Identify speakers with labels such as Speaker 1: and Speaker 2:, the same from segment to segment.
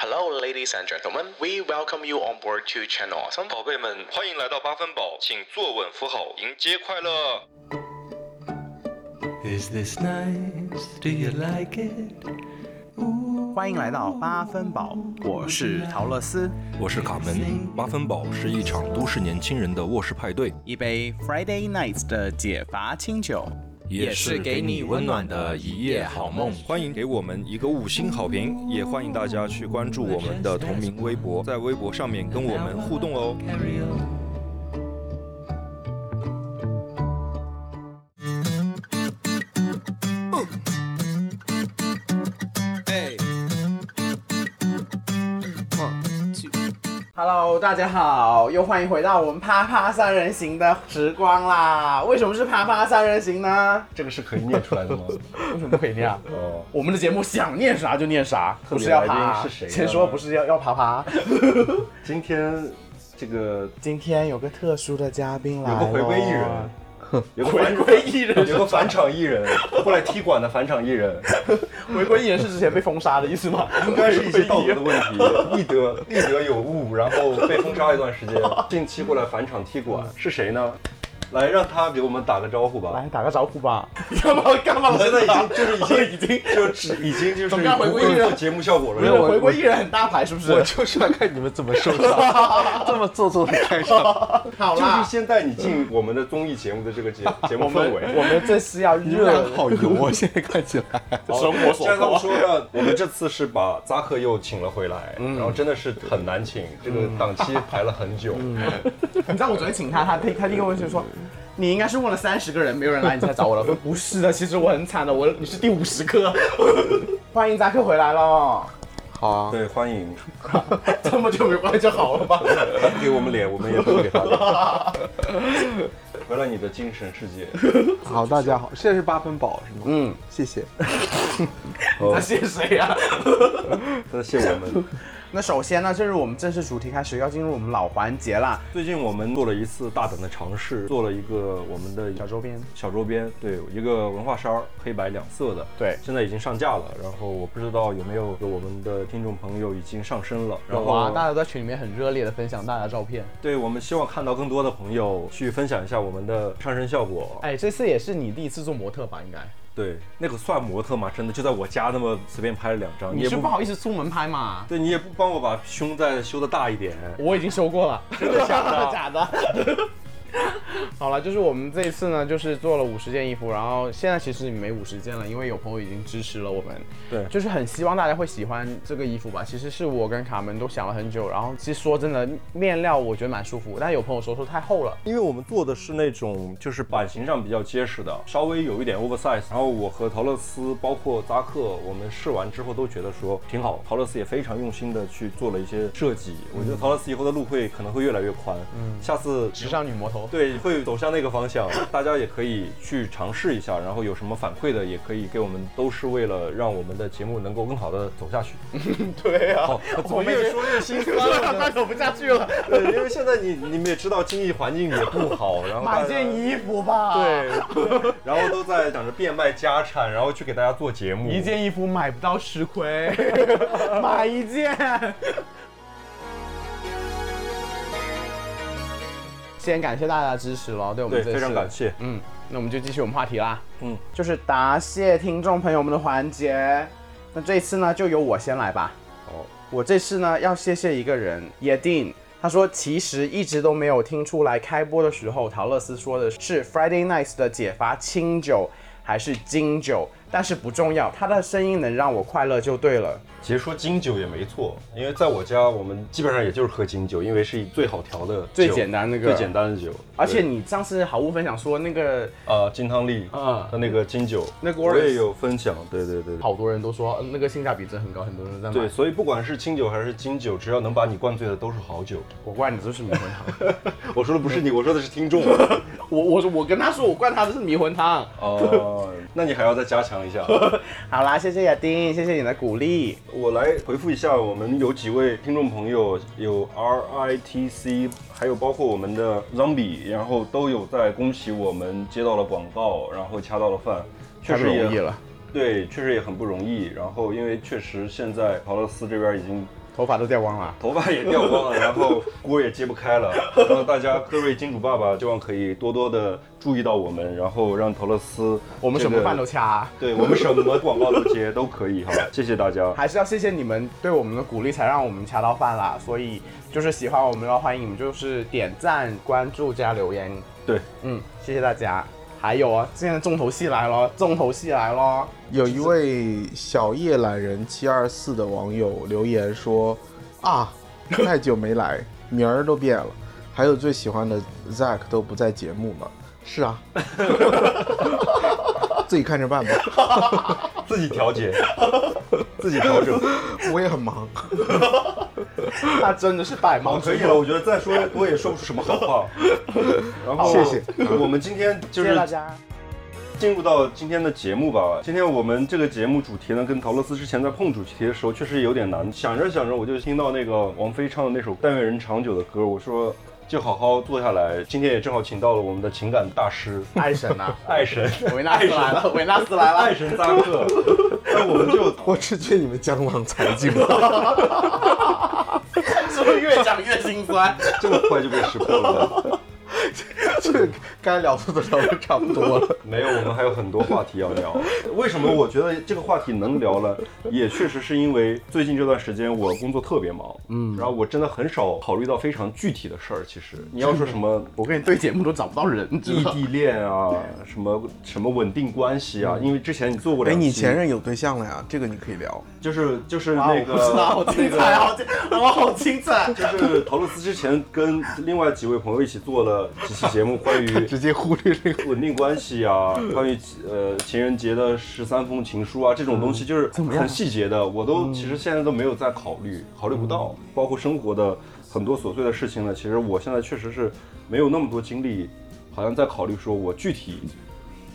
Speaker 1: Hello, ladies and gentlemen. We welcome you on board to Channel Awesome.
Speaker 2: 宝贝们，欢迎来到八分饱，请坐稳扶好，迎接快乐。
Speaker 3: Is this nice? Do you like it?
Speaker 4: 欢迎来到八分饱，我是陶乐斯。
Speaker 2: 我是卡门。八分饱是一场都市年轻人的卧室派对，
Speaker 4: 一杯 Friday Nights 的解乏清酒，
Speaker 2: 也是给你温暖的一夜好梦。欢迎给我们一个五星好评，也欢迎大家去关注我们的同名微博，在微博上面跟我们互动哦。
Speaker 3: Carry on.
Speaker 5: 嗯，
Speaker 4: Hello，大家好，又欢迎回到我们啪啪三人行的时光啦。为什么是啪啪三人行呢？
Speaker 6: 这个是可以念出来 的吗？
Speaker 4: 为什么不可以念啊？
Speaker 6: 哦，
Speaker 4: 我们的节目想念啥就念啥，不是
Speaker 6: 别来
Speaker 4: 要
Speaker 6: 宾
Speaker 4: 啪，
Speaker 6: 是谁呢
Speaker 4: 先说不是要要啪啪。
Speaker 6: 今天这个
Speaker 4: 今天有个特殊的嘉宾来
Speaker 6: 有个回归艺人
Speaker 2: 哦
Speaker 4: 了，，
Speaker 6: 有个返
Speaker 4: 回归艺人
Speaker 6: 有个返场艺人，过来踢馆的返场 艺人，
Speaker 4: 回归艺人是之前被封杀的意思吗？
Speaker 6: 应该是一些道德的问 题，艺德艺德有误，然后被封杀一段时间，近期过来返场踢馆是谁呢？来，让他给我们打个招呼吧
Speaker 4: 来。打个招呼吧。干嘛干嘛冷场？
Speaker 6: 现在已经就是
Speaker 4: 已经
Speaker 6: 已经 就只已经就是
Speaker 4: 怎么样回归艺人
Speaker 6: 不够做节目效果
Speaker 4: 不是
Speaker 6: 了。
Speaker 4: 回归艺人很大牌是不是？
Speaker 7: 我就是来看你们怎么受 伤，这么做作的开场。
Speaker 4: 好
Speaker 6: 就是
Speaker 4: 啦，
Speaker 6: 先带你进我们的综艺节目的这个 节节目氛围。
Speaker 4: 我们这是要热
Speaker 7: 好油啊！现在看起来，
Speaker 4: 生活所
Speaker 6: 既然他们
Speaker 4: 迫。
Speaker 6: 说要，我们这次是把扎克又请了回来，然后真的是很难请，这个档期排了很久。
Speaker 4: 你知道我昨天请他，他他他第一个问题说。你应该是问了三十个人，没有人来，你才找我了。我说不是的，其实我很惨的，我你是第五十个。欢迎扎克回来喽，
Speaker 7: 好啊，
Speaker 6: 对，欢迎，
Speaker 4: 这么久没关系就好了吧？
Speaker 6: 给我们脸，我们也不给他脸。回来你的精神世界，
Speaker 7: 好，大家好，现在是八分饱是吗？
Speaker 4: 嗯，
Speaker 7: 谢谢。
Speaker 4: 那谢谁呀、
Speaker 6: 真的谢我们。
Speaker 4: 那首先呢，就是我们正式主题开始，要进入我们老环节啦。
Speaker 6: 最近我们做了一次大胆的尝试，做了一个我们的
Speaker 4: 小周边，
Speaker 6: 小周边，对，一个文化衫儿，黑白两色的，
Speaker 4: 对
Speaker 6: 现在已经上架了。然后我不知道有没有有我们的听众朋友已经上身了，然后
Speaker 4: 家都在群里面很热烈的分享大家照片。
Speaker 6: 对，我们希望看到更多的朋友去分享一下我们的上身效果。
Speaker 4: 哎，这次也是你第一次做模特吧？应该。
Speaker 6: 对，那个算模特吗？真的就在我家那么随便拍了两张，
Speaker 4: 你
Speaker 6: 也
Speaker 4: 是不好意思出门拍嘛？
Speaker 6: 对你也不帮我把胸再修的大一点。
Speaker 4: 我已经收过了， 真的假的？ 假的。好了，就是我们这一次呢，就是做了五十件衣服，然后现在其实没五十件了，因为有朋友已经支持了我们，
Speaker 6: 对
Speaker 4: 就是很希望大家会喜欢这个衣服吧。其实是我跟卡门都想了很久，然后其实说真的，面料我觉得蛮舒服，但有朋友说说太厚了，
Speaker 6: 因为我们做的是那种就是版型上比较结实的，稍微有一点 oversize。然后我和陶乐斯，包括扎克，我们试完之后都觉得说挺好。陶乐斯也非常用心的去做了一些设计，我觉得陶乐斯以后的路会可能会越来越宽。嗯，下次
Speaker 4: 时尚女魔头。
Speaker 6: 对，会走向那个方 向，大家也可以去尝试一下，然后有什么反馈的也可以给我们，都是为了让我们的节目能够更好的走下 去。
Speaker 4: 对 啊，
Speaker 6: 好，
Speaker 4: 我
Speaker 6: 我
Speaker 4: 们也
Speaker 6: 越说越心酸
Speaker 4: 我
Speaker 6: 了。
Speaker 4: 快走不下 去了，
Speaker 6: 对，因为现在你你们也知道经济环境也不好，然后大
Speaker 4: 买
Speaker 6: 家
Speaker 4: 件衣服吧。
Speaker 6: 对， 然后都在想着变卖家产，然后去给大家做节目。
Speaker 4: 一件衣服买不到吃 亏，买一件。先感谢大家的支持喽，对我们
Speaker 6: 对，
Speaker 4: 这次
Speaker 6: 非常感。谢。
Speaker 4: 嗯，那我们就继续我们话题啦。嗯
Speaker 6: 嗯，
Speaker 4: 就是答谢听众朋友们的环节。那这次呢，就由我先来吧。
Speaker 6: 哦，
Speaker 4: 我这次呢要谢谢一个人，野定。他说：“其实一直都没有听出来，开播的时候陶乐斯说的是 Friday Nights 的解乏清酒还是金酒，但是不重要，他的声音能让我快乐就对了。
Speaker 6: 其实说金酒也没错，因为在我家我们基本上也就是喝金酒，因为是最好调的酒、
Speaker 4: 最简单那个
Speaker 6: 最简单的酒。
Speaker 4: 而且
Speaker 6: 对
Speaker 4: 你上次好物分享说那个
Speaker 6: 啊，金汤力
Speaker 4: 啊
Speaker 6: 啊，他那个金酒，
Speaker 4: 那个
Speaker 6: 我
Speaker 4: Orange
Speaker 6: 也有分享，对对对对。
Speaker 4: 好多人都说嗯那个性价比真很高，很多人在
Speaker 6: 对，
Speaker 4: 买。
Speaker 6: 所以不管是清酒还是金酒，只要能把你灌醉的都是好酒。
Speaker 4: 我怪你就是迷魂汤。
Speaker 6: 我说的不是你，我说的是听众。
Speaker 4: 我我说我跟他说我怪他的是迷魂汤。
Speaker 6: 哦，那你还要再加强一下。
Speaker 4: 好啦，谢谢雅丁，谢谢你的鼓励。
Speaker 6: 我来回复一下，我们有几位听众朋友，有 R I T C，还有包括我们的 Zombie，然后都有在恭喜我们接到了广告，然后掐到了饭，确
Speaker 4: 太不
Speaker 6: 实也
Speaker 4: 容易了。
Speaker 6: 对，确实也很不容易。然后因为确实现在陶乐斯这边已经
Speaker 4: 头发都掉光了。
Speaker 6: 头发也掉光了，然后锅也揭不开了。然后大家各位金主爸爸，希望可以多多的注意到我们，然后让陶乐斯
Speaker 4: 我们什么饭都掐、
Speaker 6: 这个对我们什么广告都接都可以，好吧？谢谢大家。
Speaker 4: 还是要谢谢你们对我们的鼓励，才让我们掐到饭啦。所以就是喜欢我们的话，欢迎你们就是点赞、关注加留言。
Speaker 6: 对，
Speaker 4: 嗯，谢谢大家。还有啊，现在重头戏来了，重头戏来了。
Speaker 5: 有一位小叶懒人七二四的网友留言说：“ 啊，太久没来，名儿都变了，还有最喜欢的 Zack 都不在节目了。”是 啊，自己看着办吧，
Speaker 6: 自己调 节，自己调整。
Speaker 5: 我也很忙。
Speaker 4: 他真的是百忙
Speaker 6: 好，可
Speaker 4: 之
Speaker 6: 以了，
Speaker 4: 中。
Speaker 6: 我觉得再说多也说不出什么好 话。然后
Speaker 5: 谢谢
Speaker 6: 我们今天就
Speaker 4: 谢谢
Speaker 6: 是
Speaker 4: 大家。
Speaker 6: 进入到今天的节目吧。今天我们这个节目主题呢，跟陶乐斯之前在碰主题的时候确实有点难。想着想着，我就听到那个王菲唱的那首《但愿人长久》的歌，我说就好好坐下来。今天也正好请到了我们的情感大师
Speaker 4: 爱神啊呐、
Speaker 6: 爱神，
Speaker 4: 维纳斯来了，维纳斯来 了
Speaker 6: 爱。哎神扎克。那我们就
Speaker 5: 我只劝你们江郎才尽吧。
Speaker 4: 是不是越讲越心 酸？
Speaker 6: 这么快就被识破了？
Speaker 5: 这个该聊的都聊的差不多了。
Speaker 6: 没有，我们还有很多话题要聊。为什么我觉得这个话题能聊 了？也确实是因为最近这段时间我工作特别忙，嗯，然后我真的很少考虑到非常具体的事儿。其实
Speaker 4: 嗯
Speaker 6: 你要说什么
Speaker 4: 我跟你对节目都找不到人，你知
Speaker 6: 异
Speaker 4: 道吗
Speaker 6: 地恋啊，什么什么稳定关系
Speaker 4: 嗯
Speaker 6: 啊，因为之前你做过
Speaker 5: 哎，
Speaker 6: 两期，
Speaker 5: 你前任有对象了呀？这个你可以聊。
Speaker 6: 就是就是
Speaker 4: 啊
Speaker 6: 那
Speaker 4: 我不知道，好
Speaker 6: 个那
Speaker 4: 精彩，
Speaker 6: 个。
Speaker 4: 好精，我好精彩。
Speaker 6: 就是陶乐斯之前跟另外几位朋友一起做了几期 节目，关于
Speaker 5: 直接忽略这 个，
Speaker 6: 稳定关系啊，关于呃情人节的十三封情书啊，这种东西就是很细节的，我都其实现在都没有在考虑，考虑不到，包括生活的很多琐碎的事情呢，其实我现在确实是没有那么多精力，好像在考虑说我具体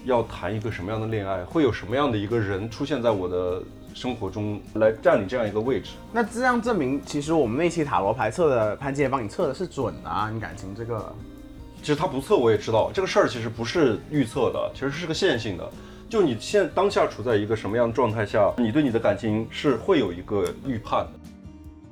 Speaker 6: 要谈一个什么样的恋爱，会有什么样的一个人出现在我的生活中来占领这样一个位置。
Speaker 4: 那这样证明，其实我们那期塔罗牌测的潘姐帮你测的是准的啊，你感情这个。
Speaker 6: 其实他不测我也知道，这个事儿其实不是预测的，其实是个线性的。就你现在当下处在一个什么样的状态下，你对你的感情是会有一个预判的。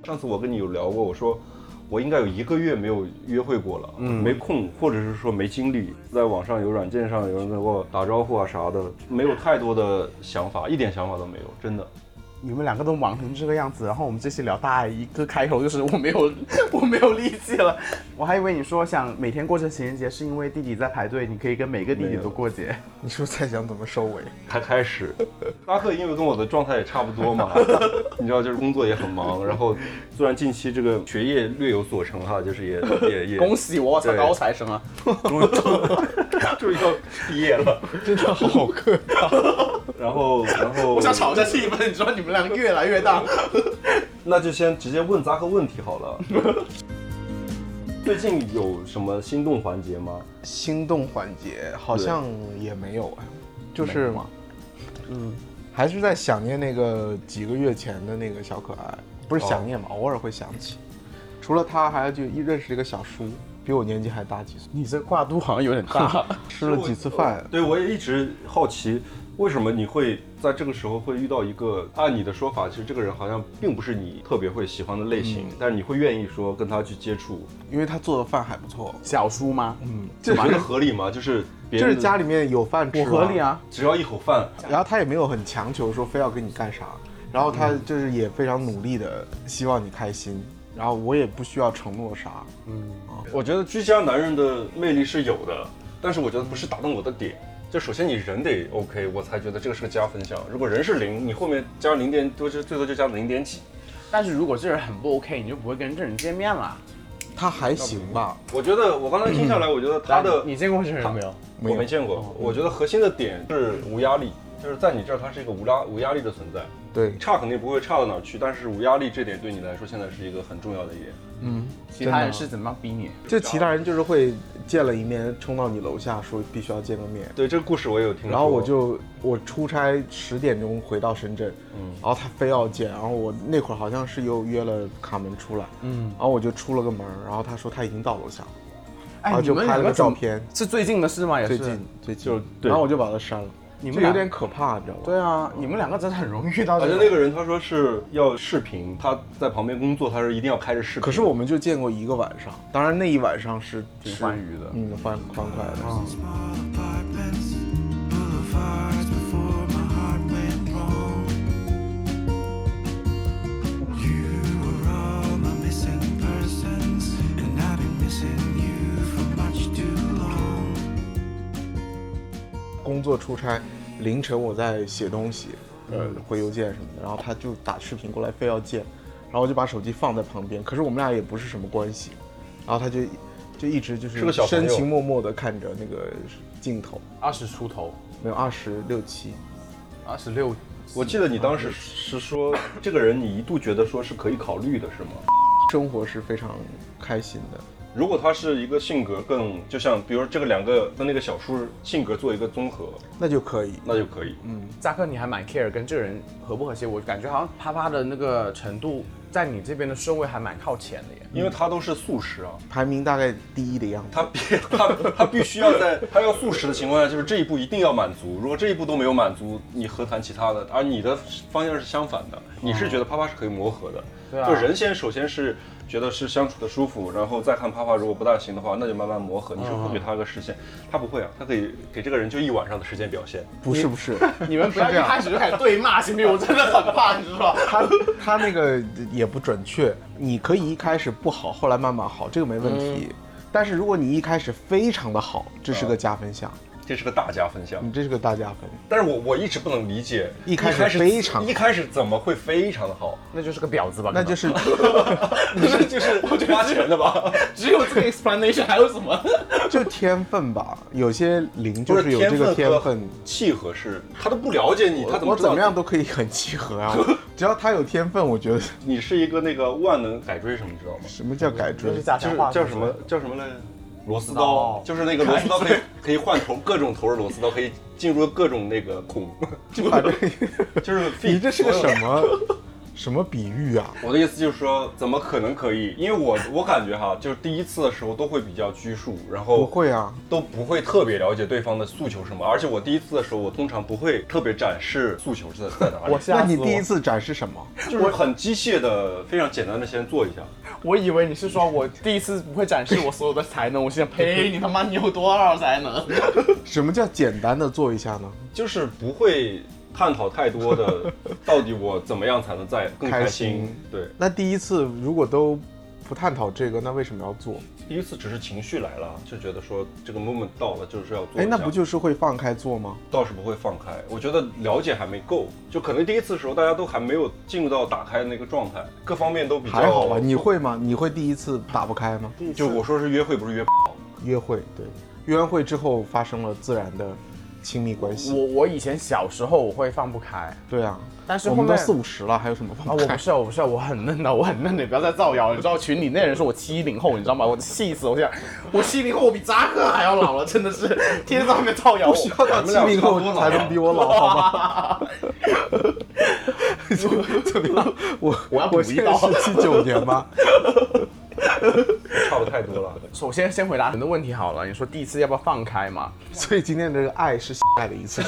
Speaker 6: 上次我跟你有聊过，我说我应该有一个月没有约会过了，没空，或者是说没精力。在网上有软件上有人跟我打招呼啊啥的，没有太多的想法，一点想法都没有，真的。
Speaker 4: 你们两个都忙成这个样子，然后我们这期聊大爱，一个开头就是我没有我没有力气了，我还以为你说想每天过这情人节是因为弟弟在排队，你可以跟每个弟弟都过节。
Speaker 5: 你是不是在想怎么收尾？
Speaker 6: 才开 始。拉克因为跟我的状态也差不多 嘛，你知道，就是工作也很忙，然后虽然近期这个学业略有所成哈，就是也也也
Speaker 4: 恭喜我，我操，
Speaker 6: 对
Speaker 4: 高材生啊！
Speaker 6: 终于 终于要毕业了，
Speaker 5: 真的好客。
Speaker 6: 然后然后
Speaker 4: 我想炒一下气氛，你说你们两个越来越大。
Speaker 6: 那就先直接问扎克问题好 了。最近有什么心动环节吗？
Speaker 5: 心动环节好像也没有哎，就是，嗯，还是在想念那个几个月前的那个小可爱，不是想念嘛，偶尔会想起。除了他，还就一认识了一个小叔，比我年纪还大几岁，
Speaker 4: 你这跨度好像有点大。
Speaker 5: 吃了几次饭，
Speaker 6: 对我也一直好奇，为什么你会在这个时候会遇到一个按你的说法，其实这个人好像并不是你特别会喜欢的类
Speaker 5: 嗯
Speaker 6: 型，但是你会愿意说跟他去接触，
Speaker 5: 因为他做的饭还不错，
Speaker 4: 小叔吗？
Speaker 5: 嗯，
Speaker 6: 这
Speaker 5: 这
Speaker 6: 觉得
Speaker 5: 是
Speaker 6: 合理吗？就是别
Speaker 5: 就
Speaker 6: 人
Speaker 5: 是家里面有饭吃，
Speaker 4: 我合理。啊。
Speaker 6: 只要一口饭，
Speaker 5: 然后他也没有很强求说非要跟你干啥，然后他就是也非常努力的希望你开心，然后我也不需要承诺啥，哦
Speaker 6: 我觉得居家男人的魅力是有的，但是我觉得不是打动我的点。就首先你人得 OK，我才觉得这个是个加分项。如果人是零，你后面加零点多就最多就加零点几。
Speaker 4: 但是如果这人很不 OK，你就不会跟这人见面了。
Speaker 5: 他还行吧，
Speaker 6: 我觉得我刚才听下
Speaker 5: 嗯
Speaker 6: 来，我觉得他的
Speaker 4: 你见过这人没有？
Speaker 5: 没有
Speaker 6: 我没见过。
Speaker 5: 哦
Speaker 6: 我觉得核心的点是无压力，就是在你这儿它是一个无压无压力的存在。
Speaker 5: 对，
Speaker 6: 差肯定不会差到哪儿去，但是无压力这点对你来说现在是一个很重要的一点。
Speaker 4: 其他人是怎么样逼你？
Speaker 5: 就其他人就是会见了一面，冲到你楼下说必须要见个面，
Speaker 6: 对这个故事我也有
Speaker 4: 嗯
Speaker 6: 听说，
Speaker 5: 然后我就我出差十点钟回到深圳，嗯，然后他非要见，然后我那会儿好像是又约了卡门出来，嗯，然后我就出了个门，然后他说他已经到楼下了，
Speaker 4: 哎
Speaker 5: 然后就
Speaker 4: 你们
Speaker 5: 拍了
Speaker 4: 两
Speaker 5: 个
Speaker 4: 怎么
Speaker 5: 照片
Speaker 4: 是最近的事吗？也
Speaker 5: 最
Speaker 4: 是。
Speaker 5: 近最近
Speaker 6: 就对
Speaker 5: 然后我就把他删了，
Speaker 4: 你
Speaker 5: 就
Speaker 4: 们
Speaker 5: 有
Speaker 4: 俩
Speaker 5: 点可怕，你知道吗？
Speaker 4: 对啊，你们两个真的很容易遇到
Speaker 6: 反
Speaker 4: 这
Speaker 6: 正那
Speaker 4: 种。
Speaker 6: 个人他说是要视频，他在旁边工作，他是一定要开着视频。
Speaker 5: 可是我们就见过一个晚上，当然那一晚上是
Speaker 6: 挺欢愉的
Speaker 5: 是嗯，欢欢快的。
Speaker 8: Small apartments, boulevards before my heart went wrong. You were all my missing persons, and I've been missing you for much too long.
Speaker 5: 工作出差，凌晨我在写东西，
Speaker 6: 嗯
Speaker 5: 呃，回邮件什么的，然后他就打视频过来，非要见，然后我就把手机放在旁边，可是我们俩也不是什么关系，然后他就就一直就是
Speaker 6: 个小朋友
Speaker 5: 深情脉脉的看着那个镜头，
Speaker 4: 二十出头，
Speaker 5: 没有二十六七，
Speaker 4: 二十六，
Speaker 6: 我记得你当时是说这个人，你一度觉得说是可以考虑的，是吗？
Speaker 5: 生活是非常开心的，
Speaker 6: 如果他是一个性格更，就像比如这个两个跟那个小叔性格做一个综合，
Speaker 5: 那就可以。
Speaker 6: 那就可以。
Speaker 5: 嗯
Speaker 4: 扎克你还蛮 care 跟这个人和不和谐，我感觉好像啪啪的那个程度，在你这边的顺位还蛮靠前的耶。
Speaker 6: 因为他都是素食啊，
Speaker 5: 排名大概第一的样子，
Speaker 6: 他必 他他必须要在他要素食的情况下，就是这一步一定要满足。如果这一步都没有满足，你何谈其他的？而你的方向是相反的，你
Speaker 5: 嗯
Speaker 6: 是觉得啪啪是可以磨合的，
Speaker 4: 对啊
Speaker 6: 就人先首先是觉得是相处的舒服，然后再看啪啪，如果不大行的话，那就慢慢磨合。你是
Speaker 5: 嗯
Speaker 6: 会给他一个时间，他不会啊，他可以给这个人就一晚上的时间表现。
Speaker 5: 不是不是，
Speaker 4: 你们不要一开始就开始对骂，行不行？我真的很怕，你知道吧？
Speaker 5: 他他那个也不准确，你可以一开始不好，后来慢慢好，这个没问题。但是如果你一开始非常的好，这是个加分项，
Speaker 6: 这是个大加分项
Speaker 5: 你，这是个大加分。
Speaker 6: 但是我我一直不能理解，
Speaker 5: 嗯一开始非常
Speaker 6: 一开始怎么会非常的 好？
Speaker 4: 那就是个婊子吧？
Speaker 5: 那就是
Speaker 6: 不是就是花钱的吧？
Speaker 4: 只有这个 explanation，还有什么？
Speaker 5: 就天分吧，有些零就是有这个天
Speaker 6: 和
Speaker 5: 分。
Speaker 6: 契合是，他都不了解你，他怎么
Speaker 5: 我
Speaker 6: 知道
Speaker 5: 怎么样都可以很契合啊，我只要他有天分，我觉得
Speaker 6: 你是一个那个万能改锥什么，你知道吗？
Speaker 5: 什么叫改锥
Speaker 4: 那是？家
Speaker 6: 就
Speaker 4: 乡
Speaker 6: 是
Speaker 4: 话，
Speaker 6: 叫什么
Speaker 4: 是不
Speaker 6: 叫什么来着？螺丝刀，就是那个螺丝刀可以 可以换头，各种头的螺丝刀可以进入各种那个 孔，就
Speaker 5: 反正
Speaker 6: 就是
Speaker 5: 你这是个
Speaker 6: 所有
Speaker 5: 什么什么比喻啊？
Speaker 6: 我的意思就是说，怎么可能可以？因为我我感觉哈，就是第一次的时候都会比较拘束，然后
Speaker 5: 不会啊，
Speaker 6: 都不会特别了解对方的诉求什么。而且我第一次的时候，我通常不会特别展示诉求是在在哪里，
Speaker 5: 那你第一次展示什么？
Speaker 6: 就是很机械的、非常简单的先做一下。
Speaker 4: 是我以为你是说我第一次不会展示我所有的才能，我现在呸，你他妈你有多少才能？
Speaker 5: 什么叫简单的做一下呢？
Speaker 6: 就是不会探讨太多 的，到底我怎么样才能再更开
Speaker 5: 开
Speaker 6: 心
Speaker 5: 心？
Speaker 6: 对，
Speaker 5: 那第一次如果都不探讨这个，那为什么要做？
Speaker 6: 第一次只是情绪来了，就觉得说这个 moment 到了，就是要做一下。
Speaker 5: 哎，那不就是会放开做吗？
Speaker 6: 倒是不会放开？我觉得了解还没够，就可能第一次的时候大家都还没有进入到打开的那个状态，各方面都比较
Speaker 5: 还好吧，你会吗？你会第一次打不开吗？
Speaker 6: 就我说是约会，不是约。
Speaker 5: 约会，对，约完会之后发生了自然的亲密关系。
Speaker 4: 我我以前小时候我会放不开啊，
Speaker 5: 对啊，
Speaker 4: 但是
Speaker 5: 我们
Speaker 4: 后
Speaker 5: 都
Speaker 4: 面
Speaker 5: 四五十了，还有什么放
Speaker 4: 我
Speaker 5: 不
Speaker 4: 不
Speaker 5: 开？
Speaker 4: 是我不是我很嫩的，我很嫩的，你不要再造谣，你知道群里那人说我七零后，你知道吗？我气死我想，我七零后我比扎克还要老了，真的是天天在外面造谣我。
Speaker 5: 要到七零后才能比我老，好吗？怎么样？我
Speaker 4: 我要补
Speaker 5: 我
Speaker 4: 一
Speaker 5: 现
Speaker 4: 刀
Speaker 5: 在是七九年吧？
Speaker 6: 差的太多 了。
Speaker 4: 首先先回答你的问题好了，你说第一次要不要放开嘛？
Speaker 5: 所以今天这个爱是爱的一次，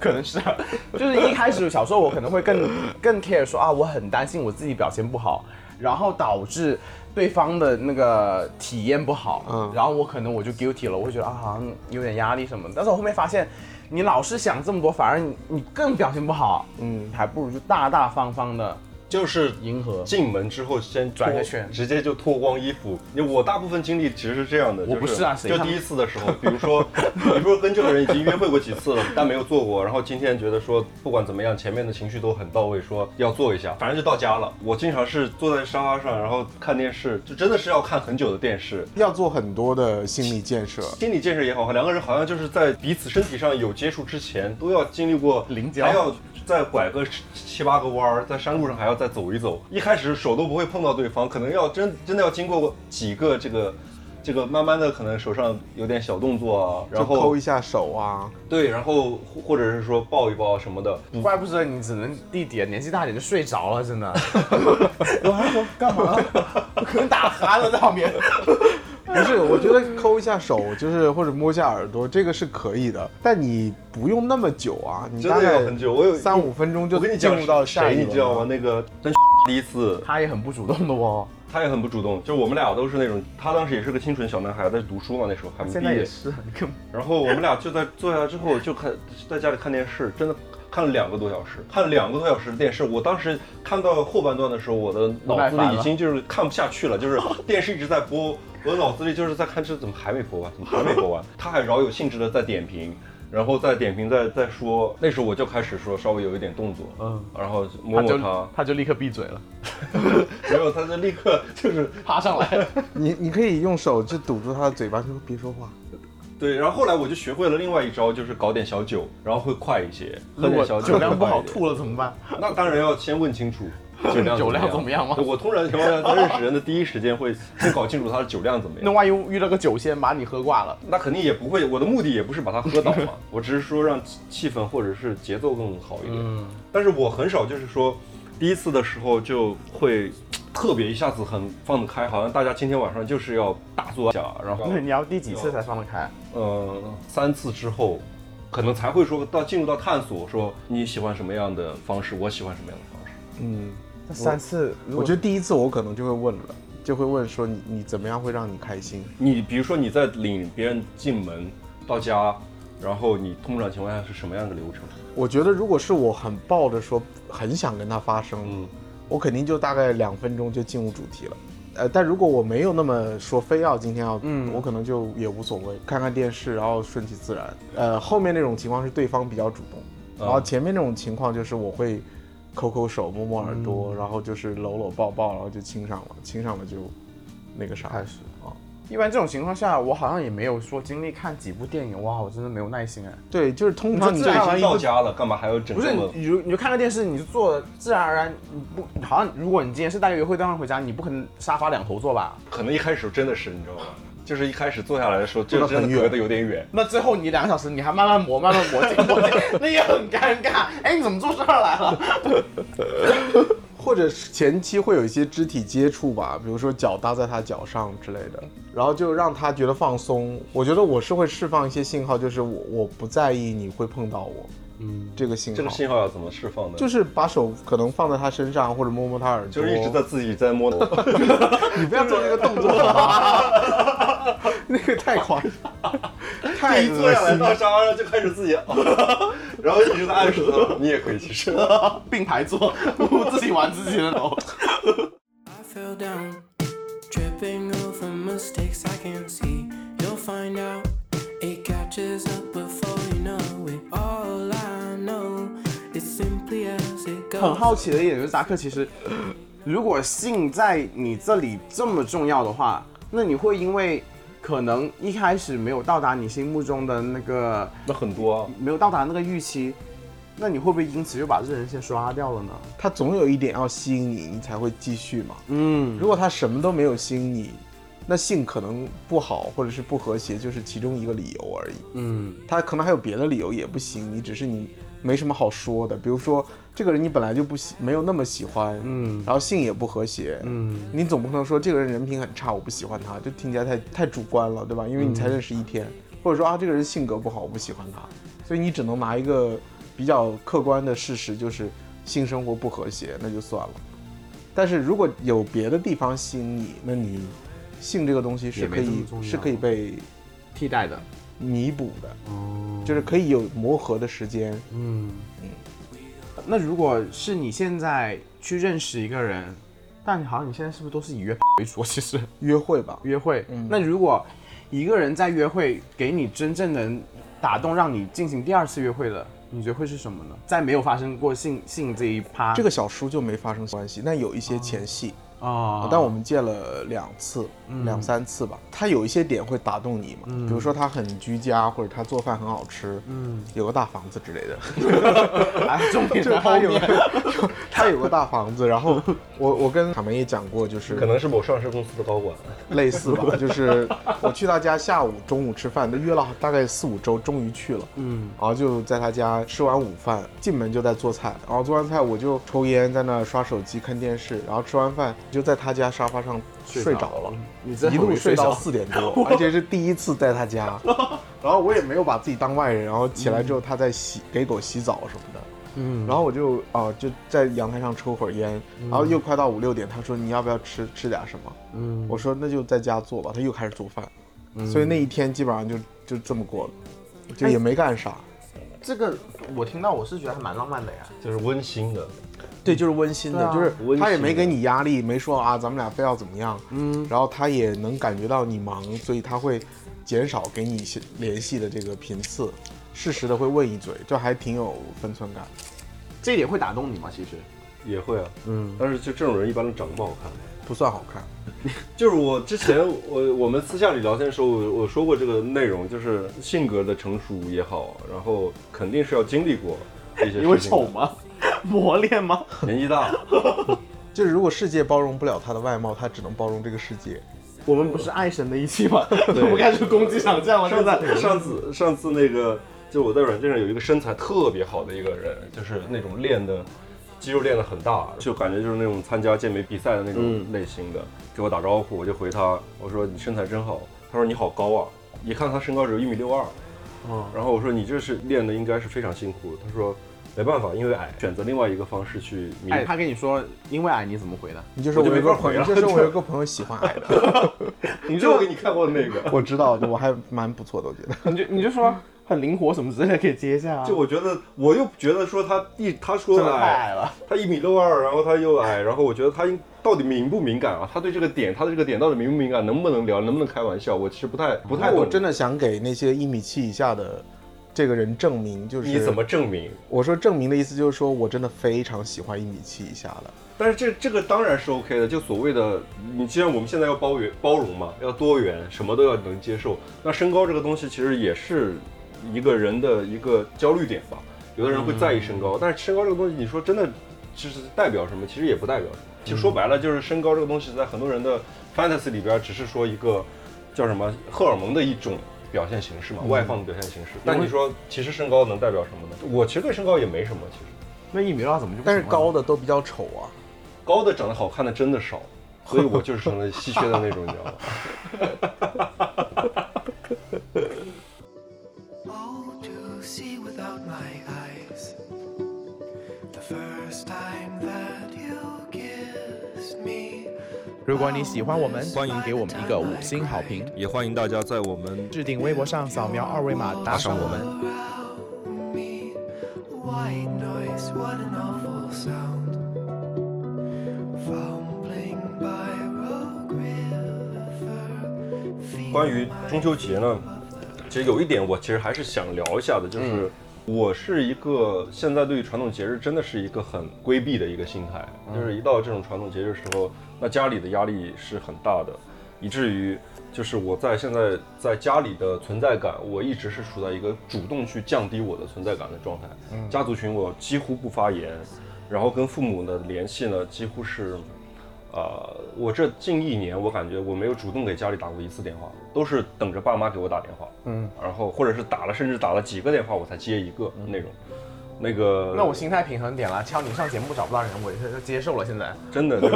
Speaker 4: 可能是、啊，就是一开始小时候我可能会更更 care 说啊，我很担心我自己表现不好，然后导致对方的那个体验不好，嗯，然后我可能我就 guilty 了，我会觉得啊好像有点压力什么的。但是我后面发现，你老是想这么多，反而你你更表现不好，嗯，还不如就大大方方的
Speaker 6: 就是
Speaker 4: 迎合。
Speaker 6: 进门之后先脱
Speaker 4: 转个圈
Speaker 6: 直接就脱光衣服。我大部分经历其实是这样的，
Speaker 4: 我不
Speaker 6: 就是
Speaker 4: 啊谁
Speaker 6: 就
Speaker 4: 他妈
Speaker 6: 第一次的时候， 比如说，你不是跟这个人已经约会过几次了，但没有做过，然后今天觉得说不管怎么样，前面的情绪都很到位，说要做一下，反正就到家了。我经常是坐在沙发上，然后看电视，就真的是要看很久的电视。
Speaker 5: 要做很多的心理建设。
Speaker 6: 心理建设也好，两个人好像就是在彼此身体上有接触之前，都要经历过
Speaker 4: 零交
Speaker 6: 还要再拐个七七八个弯儿，在山路上还要再走一走。一开始手都不会碰到对方，可能要真真的要经过几个这个这个，慢慢的可能手上有点小动作啊，然
Speaker 5: 就
Speaker 6: 后
Speaker 5: 抠一下手啊，
Speaker 6: 对，然后或或者是说抱一抱什么的，
Speaker 5: 嗯
Speaker 4: 怪不得你只能弟弟年纪大点就睡着了， 真的。我还说干嘛？我可能打鼾了在旁边。
Speaker 5: 不是，我觉得抠一下手就是或者摸一下耳朵，这个是可以的，但你不用那么久啊，你
Speaker 6: 真
Speaker 5: 大
Speaker 6: 的
Speaker 5: 概
Speaker 6: 要很久我有
Speaker 5: 三五分钟就
Speaker 6: 我跟你
Speaker 5: 进
Speaker 6: 讲
Speaker 5: 入到下一
Speaker 6: 谁
Speaker 5: 轮
Speaker 6: 你知道
Speaker 5: 了
Speaker 6: 吗？？那个真第一次，
Speaker 4: 他也很不主动的哦。
Speaker 6: 他也很不主动，就是我们俩都是那种，他当时也是个清纯小男孩，在读书嘛，那时候还没
Speaker 4: 现
Speaker 6: 毕
Speaker 4: 在也
Speaker 6: 业。
Speaker 4: 是，啊你根本
Speaker 6: 然后我们俩就在坐下之后就看，在家里看电视，真的看了两个多小时，看了两个多小时的电视。我当时看到后半段的时候，我的脑子里已经就是看不下去了，就是 电视一直在播，我的脑子里就是在看这怎么还没播完，怎么还没播完？他还饶有兴致的在点评。然后再点评，再再说，那时候我就开始说稍微有一点动作，嗯，然后摸摸他，
Speaker 4: 他就立刻闭嘴了，
Speaker 6: 没有，他就立刻就是
Speaker 4: 爬上 来。
Speaker 5: 你你可以用手就堵住他的嘴巴，就别说话。
Speaker 6: 对，然后后来我就学会了另外一招，就是搞点小酒，然后会快一些，喝点小酒
Speaker 4: 酒量不
Speaker 6: 会
Speaker 4: 好
Speaker 6: 快一点
Speaker 4: 吐了怎么办？
Speaker 6: 那当然要先问清楚酒量
Speaker 4: 酒量怎么样吗
Speaker 6: 对我通常情况下在认识人的第一时间会先搞清楚他的酒量怎么
Speaker 4: 那
Speaker 6: 样。
Speaker 4: 万一遇到个酒仙把你喝挂了，
Speaker 6: 那肯定也不会，我的目的也不是把他喝倒嘛， 我只是说让气气氛或者是节奏更好一点。
Speaker 4: 嗯
Speaker 6: 但是我很少就是说第一次的时候就会特别一下子很放得开，好像大家今天晚上就是要大做一下，然后
Speaker 4: 那你要第几次才放得开？
Speaker 6: 呃三次之后，可能才会说到进入到探索，说你喜欢什么样的方式，我喜欢什么样的方式。
Speaker 4: 那三次，如
Speaker 5: 我
Speaker 4: 果
Speaker 5: 觉得第一次我可能就会问了，就会问说你你怎么样会让你开心？
Speaker 6: 你比如说你在领别人进门到家，然后你通常情况下是什么样的流程？
Speaker 5: 我觉得如果是我很抱着说很想跟他发生，
Speaker 4: 嗯
Speaker 5: 我肯定就大概两分钟就进入主题了。呃，但如果我没有那么说非要今天要，
Speaker 4: 嗯
Speaker 5: 我可能就也无所谓，看看电视，然后顺其自然。呃，后面那种情况是对方比较主动，
Speaker 4: 啊
Speaker 5: 然后前面那种情况就是我会抠抠手、摸摸耳朵，
Speaker 4: 嗯
Speaker 5: 然后就是搂搂抱抱，然后就亲上了，亲上了就那个啥开始啊。
Speaker 4: 一般这种情况下，我好像也没有说经历看几部电影，哇，我真的没有耐心哎。
Speaker 5: 对，就是通常
Speaker 4: 你
Speaker 5: 你
Speaker 4: 就
Speaker 5: 就
Speaker 4: 自然
Speaker 5: 已
Speaker 4: 而
Speaker 5: 经
Speaker 4: 然
Speaker 6: 已经到家了，干嘛还要整
Speaker 4: 不
Speaker 6: 这
Speaker 4: 是
Speaker 6: 么？
Speaker 4: 你，如你就看个电视，你就坐，自然而然，你不好像如果你今天是带个约会对象回家，你不可能沙发两头坐吧？
Speaker 6: 可能一开始真的是你知道吗？就是一开始坐下来的时候，就
Speaker 5: 得
Speaker 6: 真
Speaker 5: 很
Speaker 6: 的
Speaker 5: 远
Speaker 6: 隔得有点远。
Speaker 4: 那最后你两个小时，你还慢慢磨，慢慢磨，进磨进， 那也很尴尬。哎，你怎么做这儿来了？
Speaker 5: 或者是前期会有一些肢体接触吧，比如说脚搭在他脚上之类的，然后就让他觉得放松。我觉得我是会释放一些信号，就是我我不在意你会碰到我，嗯，这个信号，
Speaker 6: 这个信号要怎么释放呢？
Speaker 5: 就是把手可能放在他身上，或者摸摸他耳朵，
Speaker 6: 就是一直在自己在摸头，
Speaker 5: 你不要做这个 动作好吗，那个太夸 张，太
Speaker 6: 一坐
Speaker 5: 恶
Speaker 6: 下来
Speaker 5: 心
Speaker 6: 到
Speaker 5: 了。
Speaker 6: 沙发上就开始自己， 然后一直在按手头，你也可以其实。
Speaker 4: 并排坐，自己玩自己的楼。
Speaker 8: I fell down, tripping over mistakes I can see. You'll find out it catches up before you know it. All I know is simply as it goes.
Speaker 4: 很好奇的一点就是，扎克其实，如果性在你这里这么重要的话，那你会因为可能一开始没有到达你心目中的那个，
Speaker 6: 那很多啊，
Speaker 4: 没有到达那个预期，那你会不会因此就把这人先刷掉了呢？
Speaker 5: 他总有一点要吸引你，你才会继续嘛。
Speaker 4: 嗯，
Speaker 5: 如果他什么都没有吸引你，那性可能不好或者是不和谐，就是其中一个理由而已。
Speaker 4: 嗯，
Speaker 5: 他可能还有别的理由也不吸引你，只是你没什么好说的。比如说这个人你本来就不喜，没有那么喜欢，嗯，然后性也不和谐，嗯，你总不能说这个人人品很差，我不喜欢他，就听起来太太主观了，对吧？因为你才认识一天，
Speaker 4: 嗯
Speaker 5: 或者说啊这个人性格不好，我不喜欢他，所以你只能拿一个比较客观的事实，就是性生活不和谐，那就算了。但是如果有别的地方吸引你，那你性这个东西是可
Speaker 4: 也没这
Speaker 5: 以
Speaker 4: 么重要
Speaker 5: 是可以被
Speaker 4: 替代的。
Speaker 5: 弥补的，
Speaker 4: 哦
Speaker 5: 就是可以有磨合的时间。
Speaker 4: 嗯那如果是你现在去认识一个人，但你好像你现在是不是都是以约为主啊？其实
Speaker 5: 约会吧，
Speaker 4: 约会，那如果一个人在约会给你真正能打动，让你进行第二次约会的，你觉得会是什么呢？在没有发生过性性这一趴，
Speaker 5: 这个小叔就没发生关系，但有一些前戏，
Speaker 4: 啊，
Speaker 5: 哦但我们见了两次、两三次吧。他有一些点会打动你嘛，比如说他很居家，或者他做饭很好吃，嗯，有个大房子之类 的。
Speaker 4: 哎 重点
Speaker 5: 就是
Speaker 4: 在后
Speaker 5: 他有
Speaker 4: 面。
Speaker 5: 个他有个大房子，然后我我跟卡门也讲过，就是
Speaker 6: 可能是某上市公司的高管。
Speaker 5: 类似 吧，就是我去他家下午、中午吃饭，都约了大概四五周，终于去了。嗯，然后就在他家吃完午饭，进门就在做菜，然后做完菜我就抽烟，在那刷手机、看电视，然后吃完饭就在他家沙发上睡着了，
Speaker 7: 你真
Speaker 5: 一路
Speaker 7: 会睡
Speaker 5: 睡到
Speaker 7: 着
Speaker 5: 四点多，而且是第一次在他家。然后我也没有把自己当外人，然后起来之后他在洗给狗洗澡什么的。
Speaker 4: 嗯，
Speaker 5: 然后我就啊、就在阳台上抽会儿烟，然后又快到五六点，他说你要不要吃吃点什么？
Speaker 4: 嗯
Speaker 5: 我说那就在家做吧，他又开始做饭，所以那一天基本上就就这么过了，就也没干啥。
Speaker 7: 这个我听到我是觉得还蛮浪漫的呀。
Speaker 6: 就是温馨的，
Speaker 5: 对，就是温馨的，
Speaker 7: 对啊
Speaker 5: 就是
Speaker 6: 温
Speaker 5: 他也
Speaker 6: 馨
Speaker 5: 没
Speaker 6: 的
Speaker 5: 给你压力，没说啊咱们俩非要怎么样，嗯，然后他也能感觉到你忙，所以他会减少给你一些联系的这个频次，适时的会问一嘴，就还挺有分寸感。
Speaker 7: 这一点会打动你吗？其实
Speaker 6: 也会啊，嗯，但是就这种人一般都长得不好看。
Speaker 5: 不算好看，
Speaker 6: 就是我之前我我们私下里聊天的时候，我我说过这个内容，就是性格的成熟也好，然后肯定是要经历过一些
Speaker 7: 因为
Speaker 6: 事情
Speaker 7: 丑
Speaker 6: 的。
Speaker 7: 吗？磨练吗？
Speaker 6: 年纪大，
Speaker 5: 就是如果世界包容不了他的外貌，他只能包容这个世界。
Speaker 7: 我们不是爱神的一期吗？ 我们开始攻击场战吗？
Speaker 6: 上
Speaker 7: 现在
Speaker 6: 次上次上次那个，就我在软件上有一个身材特别好的一个人，就是那种练的肌肉练的很大，就感觉就是那种参加健美比赛的那
Speaker 7: 嗯
Speaker 6: 种类型的，给我打招呼，我就回他，我说你身材真好，他说你好高啊，一看他身高只有一米六二，
Speaker 7: 嗯
Speaker 6: 然后我说你这是练的应该是非常辛苦，他说没办法，因为矮，选择另外一个方式去弥补
Speaker 7: 哎，。他跟你说因为矮，你怎么回的？
Speaker 5: 你就
Speaker 6: 我
Speaker 5: 说
Speaker 6: 就
Speaker 5: 我
Speaker 6: 没
Speaker 5: 有个
Speaker 6: 法
Speaker 5: 朋
Speaker 6: 回
Speaker 5: 友，
Speaker 6: 了
Speaker 5: 你就 说我有个朋友喜欢矮的，
Speaker 6: 你知道我给你看过的那个，
Speaker 5: 我知道，我还蛮不错的，我觉得。
Speaker 7: 嗯你就你就说很灵活什么之类的，可以接一下啊。
Speaker 6: 就我觉得，我又觉得说他一他说哎
Speaker 7: 真的太
Speaker 6: 矮
Speaker 7: 矮了，
Speaker 6: 他一米六二，然后他又矮，然后我觉得他应到底敏不敏感啊？他对这个点，他的这个点到底敏不敏感，能不能聊，能不能开玩笑？我其实不太不太懂。
Speaker 5: 我真的想给那些一米七以下的这个人证明，就是
Speaker 6: 你怎么证明？
Speaker 5: 我说证明的意思就是说我真的非常喜欢一米七以下的，
Speaker 6: 但是这这个当然是 OK 的，就所谓的你，既然我们现在要包圆包容嘛，要多元，什么都要能接受。那身高这个东西其实也是一个人的一个焦虑点吧。有的人会在意身高，但是身高这个东西，你说真的，就是代表什么？其实也不代表什么。就说白了，就是身高这个东西，在很多人的 fantasy 里边，只是说一个叫什么荷尔蒙的一种表现形式嘛，外放的表现形式。但你说，其实身高能代表什么呢？我其实对身高也没什么，其实
Speaker 7: 那一米六二怎么就不
Speaker 5: 但是
Speaker 7: 行了
Speaker 5: 高的都比较丑啊。
Speaker 6: 高的长得好看的真的少，所以我就是成了稀缺的那种，你知道吗？
Speaker 8: Oh, to see without my eyes. The first time that you kissed me.
Speaker 9: 如果你喜欢我们，
Speaker 2: 欢迎
Speaker 9: 给我们一个五星好评。
Speaker 2: 也欢迎大家在我们
Speaker 9: 置顶微博上扫描二维码打赏我们。
Speaker 8: around me. White noise, what an awful sound. Fumbling by Rogue River, feet
Speaker 6: 关于中秋节呢，其实有一点我其实还是想聊一下的，就是我是一个现在对于传统节日真的是一个很规避的一个心态，就是一到这种传统节日时候，那家里的压力是很大的，以至于就是我在现在在家里的存在感，我一直是处在一个主动去降低我的存在感的状态。家族群我几乎不发言，然后跟父母的联系呢几乎是。呃，我这近一年，我感觉我没有主动给家里打过一次电话，都是等着爸妈给我打电话，嗯，然后或者是打了，甚至打了几个电话我才接一个那种。那个，
Speaker 7: 那我心态平衡点了，敲你上节目找不到人，我也是接受了。现在
Speaker 6: 真的就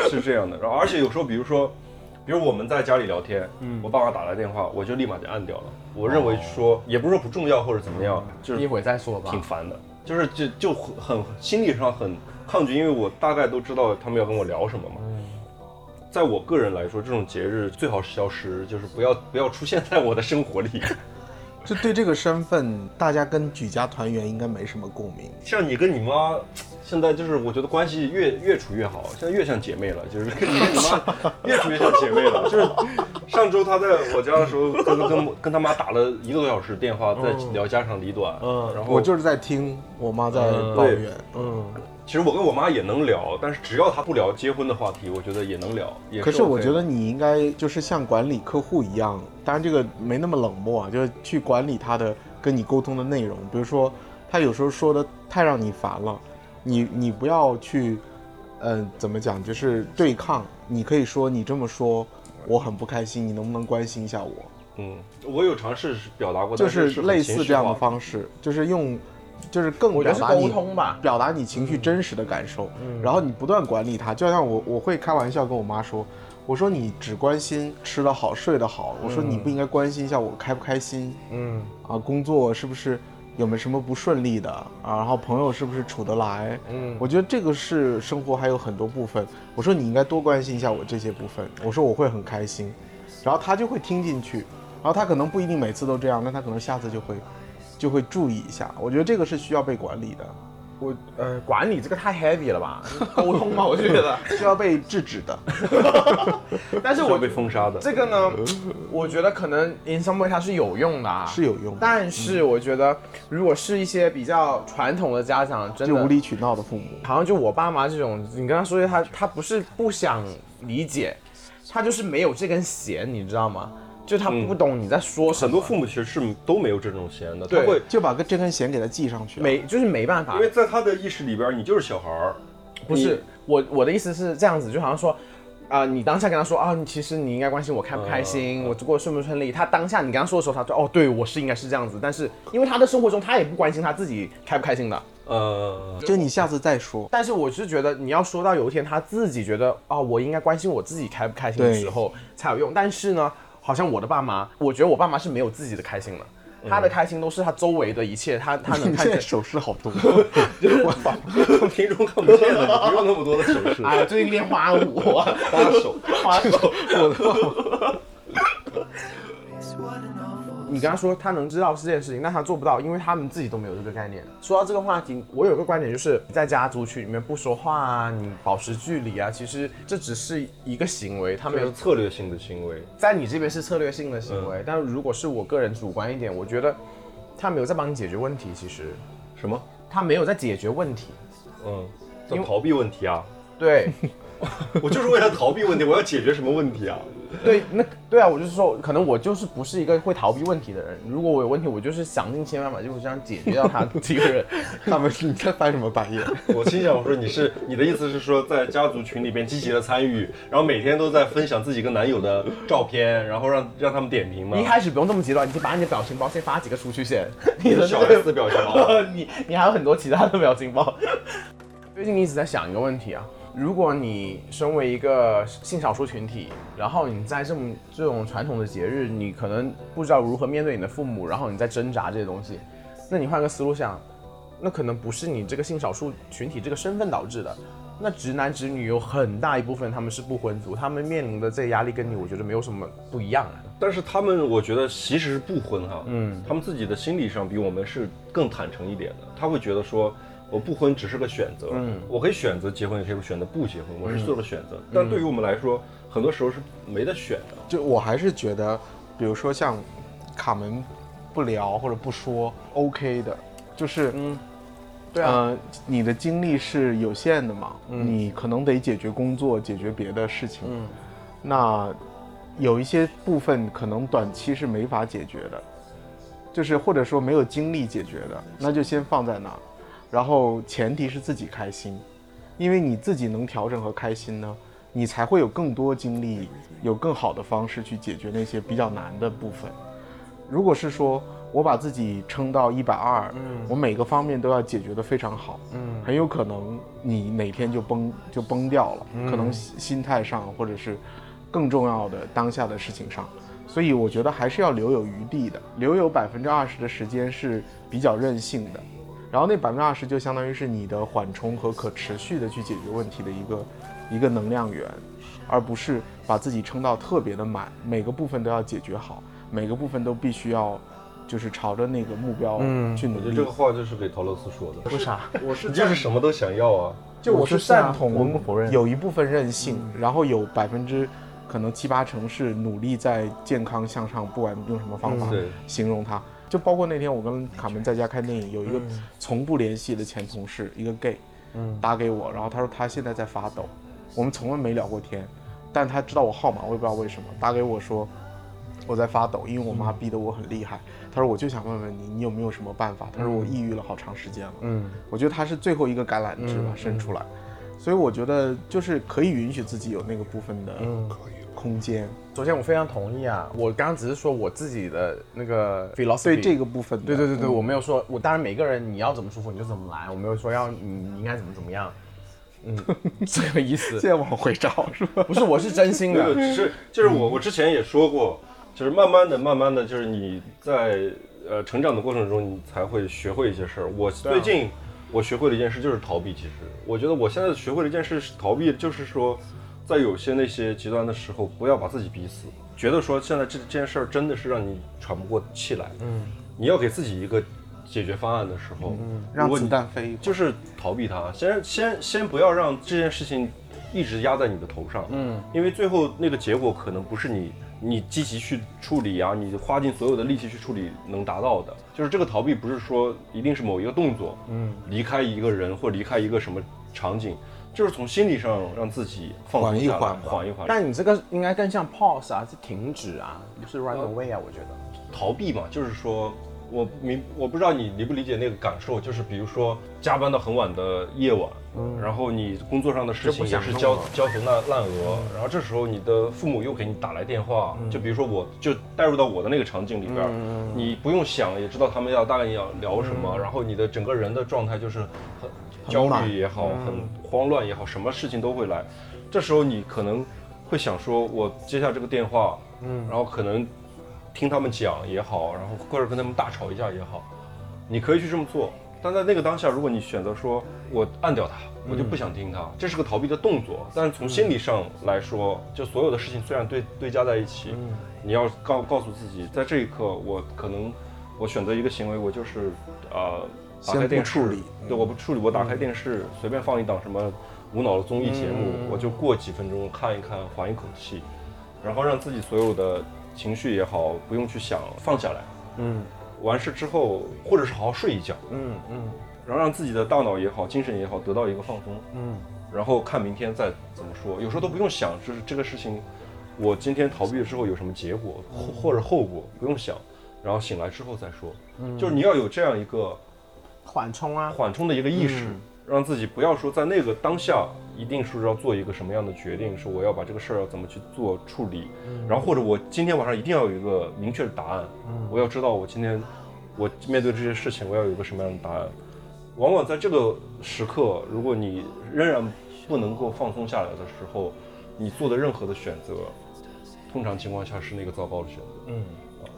Speaker 6: 是 是这样的。然后，而且有时候，比如说，比如我们在家里聊天，我爸妈打来电话，我就立马就按掉了。我认为说，也不是说不重要或者怎么样，就是
Speaker 7: 一会儿再说吧
Speaker 6: 挺。烦的，就是就就很很心理上很抗拒，因为我大概都知道他们要跟我聊什么嘛。在我个人来说，这种节日最好消失，就是不要不要出现在我的生活 里。
Speaker 5: 就对这个身份，大家跟举家团圆应该没什么共鸣。
Speaker 6: 像你跟你妈，现在就是我觉得关系越越处越好，现在越像姐妹了，就是跟你跟你 妈越处越像姐妹了。就是上周她在我家的时候，跟跟跟她妈打了一个多小时电话，在聊家长里短。嗯，然后
Speaker 5: 我就是在听我妈在抱怨，
Speaker 6: 其实我跟我妈也能聊，但是只要她不聊结婚的话题，我觉得也能聊。也
Speaker 5: 可是我
Speaker 6: OK
Speaker 5: 觉得你应该就是像管理客户一样，当然这个没那么冷漠啊，就是去管理他的跟你沟通的内容。比如说他有时候说的太让你烦了，你你不要去，嗯、怎么讲，就是对抗。你可以说你这么说，我很不开心，你能不能关心一下我？
Speaker 6: 嗯，我有尝试表达过，
Speaker 5: 就
Speaker 6: 但是
Speaker 5: 类
Speaker 6: 很
Speaker 5: 似
Speaker 6: 情绪
Speaker 5: 这样
Speaker 6: 化
Speaker 5: 的方式，就是用就是更
Speaker 4: 我觉
Speaker 5: 表
Speaker 4: 得是
Speaker 5: 达你
Speaker 4: 沟通吧
Speaker 5: 表达你情绪真实的感受，然后你不断管理它。就像我，我会开玩笑跟我妈说，我说你只关心吃得好、睡得好，我说你不应该关心一下我开不开心，
Speaker 4: 嗯，
Speaker 5: 啊，工作是不是有没有什么不顺利的啊？然后朋友是不是处得来？嗯，我觉得这个是生活还有很多部分。我说你应该多关心一下我这些部分，我说我会很开心，然后他就会听进去，然后他可能不一定每次都这样，那他可能下次就会就会注意一下。我觉得这个是需要被管理的，
Speaker 4: 我呃，管理这个太 heavy 了吧？沟通吧，我觉得。
Speaker 5: 需要被制止的。
Speaker 4: 但是
Speaker 6: 是要
Speaker 4: 我
Speaker 6: 被封杀的。
Speaker 4: 这个呢，我觉得可能 in some way 它是有用的啊，
Speaker 5: 是有用的
Speaker 4: 但是我觉得，如果是一些比较传统的家长，真
Speaker 5: 就
Speaker 4: 的
Speaker 5: 无理取闹的父母，
Speaker 4: 好像就我爸妈这种，你跟他说一下，他他不是不想理解，他就是没有这根弦，你知道吗？就他不懂你在说什么，
Speaker 6: 嗯很多父母其实是都没有这种闲的，他
Speaker 4: 对
Speaker 6: 会
Speaker 5: 就把这根弦给他系上去了。
Speaker 4: 没就是没办法
Speaker 6: 因为，在他的意识里边儿，你就是小孩儿，
Speaker 4: 不是我我的意思是这样子，就好像说。啊、你当下跟他说啊，你其实你应该关心我开不开
Speaker 5: 嗯
Speaker 4: 心，我过得顺不顺利。他当下你跟他说的时候，他说哦，对我是应该是这样子，但是因为他的生活中他也不关心他自己开不开心的，
Speaker 6: 呃，
Speaker 5: 就你下次再说。
Speaker 4: 但是我是觉得，你要说到有一天他自己觉得啊、我应该关心我自己开不开心的
Speaker 5: 对
Speaker 4: 时候才有用。但是呢，好像我的爸妈，我觉得我爸妈是没有自己的开心的，他的开心都是他周围的一切，他他能
Speaker 5: 嗯你
Speaker 4: 看
Speaker 5: 现在
Speaker 4: 见。
Speaker 5: 手势好 多，
Speaker 6: 听众看不见的，你不用那么多的手 势。
Speaker 5: 啊
Speaker 4: 哎，最近练花舞，啊
Speaker 6: 花手，
Speaker 4: 花手。
Speaker 5: 我的
Speaker 4: 你跟他说他能知道是这件事情，但他做不到，因为他们自己都没有这个概念。说到这个话题，我有个观点就是，在家族群里面不说话啊，你保持距离啊，其实这只是一个行为，他
Speaker 6: 这
Speaker 4: 没有
Speaker 6: 是策略性的行为，
Speaker 4: 在你这边是策略性的行为，但如果是我个人主观一点，我觉得他没有在帮你解决问题，其实
Speaker 6: 什么？
Speaker 4: 他没有在解决问题。
Speaker 6: 嗯，在逃避问题啊！
Speaker 4: 对
Speaker 6: 我就是为了逃避问题，我要解决什么问题啊？
Speaker 4: 对，那对啊，我就是说，可能我就是不是一个会逃避问题的人。如果我有问题，我就是想尽千万法就是想解决掉它这个人。
Speaker 5: 他们是你在翻什么白眼？
Speaker 6: 我心想，我说你是你的意思是说，在家族群里边积极的参与，然后每天都在分享自己跟男友的照片，然后让让他们点评吗
Speaker 4: 你一？开始不用这么极端，你就把你的表情包先发几个出去 先，你
Speaker 6: 你的
Speaker 4: 的
Speaker 6: 小
Speaker 4: 这个
Speaker 6: S 表情包，
Speaker 4: 你你还有很多其他的表情包。 最近一直在想一个问题啊，如果你身为一个性少数群体，然后你在这么这种传统的节日，你可能不知道如何面对你的父母，然后你在挣扎这些东西，那你换个思路想，那可能不是你这个性少数群体这个身份导致的。那直男直女有很大一部分他们是不婚族，他们面临的这个压力跟你我觉得没有什么不一样啊。
Speaker 6: 但是他们我觉得其实是不婚哈，嗯，他们自己的心理上比我们是更坦诚一点的，他会觉得说。我不婚只是个选择，嗯，我可以选择结婚，也可以选择不结婚，我是做了选择。但对于我们来说，很多时候是没得选的。
Speaker 5: 就我还是觉得，比如说像卡门不聊或者不说 OK 的，就是嗯，对啊、你的精力是有限的嘛，你可能得解决工作，解决别的事情，嗯，那有一些部分可能短期是没法解决的，就是或者说没有精力解决的，那就先放在那儿，然后前提是自己开心，因为你自己能调整和开心呢，你才会有更多精力，有更好的方式去解决那些比较难的部分。如果是说我把自己撑到一百二，我每个方面都要解决的非常好，嗯，很有可能你哪天就崩就崩掉了，可能心心态上或者是更重要的当下的事情上。所以我觉得还是要留有余地的，留有百分之二十的时间是比较任性的，然后那百分之二十就相当于是你的缓冲和可持续的去解决问题的一个一个能量源，而不是把自己撑到特别的满，每个部分都要解决好，每个部分都必须要就是朝着那个目标去
Speaker 6: 嗯我
Speaker 5: 努
Speaker 6: 觉得
Speaker 5: 力。
Speaker 6: 这个话就是给陶乐斯说的。
Speaker 4: 为啥？
Speaker 6: 我是就是什么都想要啊，
Speaker 4: 就我是
Speaker 5: 赞
Speaker 4: 赞同，
Speaker 5: 同有一部分任性，然后有百分之可能七八成是努力在健康向上，不管用什么方法
Speaker 6: 嗯对
Speaker 5: 形容它。就包括那天我跟卡门在家看电影，有一个从不联系的前同事，一个 gay，打给我，然后他说他现在在发抖，我们从来没聊过天，但他知道我号码，我也不知道为什么，打给我说我在发抖，因为我妈逼得我很厉害。她说我就想问问你，你有没有什么办法？她说我抑郁了好长时间了。嗯，我觉得她是最后一个橄榄枝吧，伸出来。所以我觉得就是可以允许自己有那个部分的
Speaker 4: 嗯
Speaker 5: 空间，
Speaker 4: 首先，我非常同意啊！我刚刚只是说我自己的那个 philosophy，
Speaker 5: 对这个部分的，
Speaker 4: 对对对对，
Speaker 5: 嗯
Speaker 4: 我没有说，我当然每个人你要怎么舒服你就怎么来，我没有说要你你应该怎么怎么样，嗯， 这个意思
Speaker 5: 现在往回找 是吧？
Speaker 4: 不是，我是真心
Speaker 6: 没
Speaker 4: 的，
Speaker 6: 有，只是就是
Speaker 5: 嗯
Speaker 6: 我我之前也说过，就是慢慢的、慢慢的，就是你在呃成长的过程中，你才会学会一些事儿。我
Speaker 5: 啊
Speaker 6: 最近我学会了一件事，就是逃避。其实我觉得我现在学会了一件事是逃避，就是说，在有些那些极端的时候，不要把自己逼死。觉得说现在这这件事儿真的是让你喘不过气来，嗯，你要给自己一个解决方案的时候，嗯，
Speaker 5: 让子弹飞一会儿
Speaker 6: 就是逃避它，先先先不要让这件事情一直压在你的头上，嗯，因为最后那个结果可能不是你你积极去处理啊，你花尽所有的力气去处理能达到的，就是这个逃避不是说一定是某一个动作，嗯，离开一个人或离开一个什么场景，就是从心理上让自己放松
Speaker 5: 缓一
Speaker 6: 下来
Speaker 5: 缓吧
Speaker 6: 缓一缓，
Speaker 4: 但你这个应该更像 pause 啊，是停止啊，不是 run away 啊，我觉得，
Speaker 6: 逃避嘛，就是说我明我不知道你理不理解那个感受，就是比如说加班到很晚的夜晚，然后你工作上的事情也是焦焦头烂烂额，然后这时候你的父母又给你打来电话，就比如说我就带入到我的那个场景里边儿，你不用想也知道他们要大概要聊什么，然后你的整个人的状态就是很焦虑也好，很慌乱也好，什么事情都会来，这时候你可能会想说，我接下这个电话，嗯，然后可能听他们讲也好，然后或者跟他们大吵一架也好，你可以去这么做。但在那个当下，如果你选择说我按掉他，我就不想听
Speaker 5: 嗯
Speaker 6: 他，这是个逃避的动作。但是从心理上来说，就所有的事情虽然堆堆加在一起，你要告告诉自己，在这一刻，我可能我选择一个行为，我就是呃，打
Speaker 5: 先
Speaker 6: 开
Speaker 5: 不
Speaker 6: 电视
Speaker 5: 处理嗯
Speaker 6: 对，我不处理，我打开电视，随便放一档什么无脑的综艺节目，
Speaker 5: 嗯
Speaker 6: 我就过几分钟看一看，缓一口气，然后让自己所有的情绪也好，不用去想，放下来。
Speaker 4: 嗯
Speaker 6: 完事之后，或者是好好睡一觉，
Speaker 4: 嗯嗯
Speaker 6: 然后让自己的大脑也好，精神也好，得到一个放松。
Speaker 4: 嗯，
Speaker 6: 然后看明天再怎么说，有时候都不用想，就是这个事情，我今天逃避了之后有什么结果或或者后果，不用想，然后醒来之后再说。
Speaker 4: 嗯
Speaker 6: 就是你要有这样一个
Speaker 4: 缓冲啊，
Speaker 6: 缓冲的一个意识，让自己不要说在那个当下一定是要做一个什么样的决定，说我要把这个事儿要怎么去做处理，然后或者我今天晚上一定要有一个明确的答案，我要知道我今天我面对这些事情我要有一个什么样的答案。往往在这个时刻，如果你仍然不能够放松下来的时候，你做的任何的选择，通常情况下是那个糟糕的选择。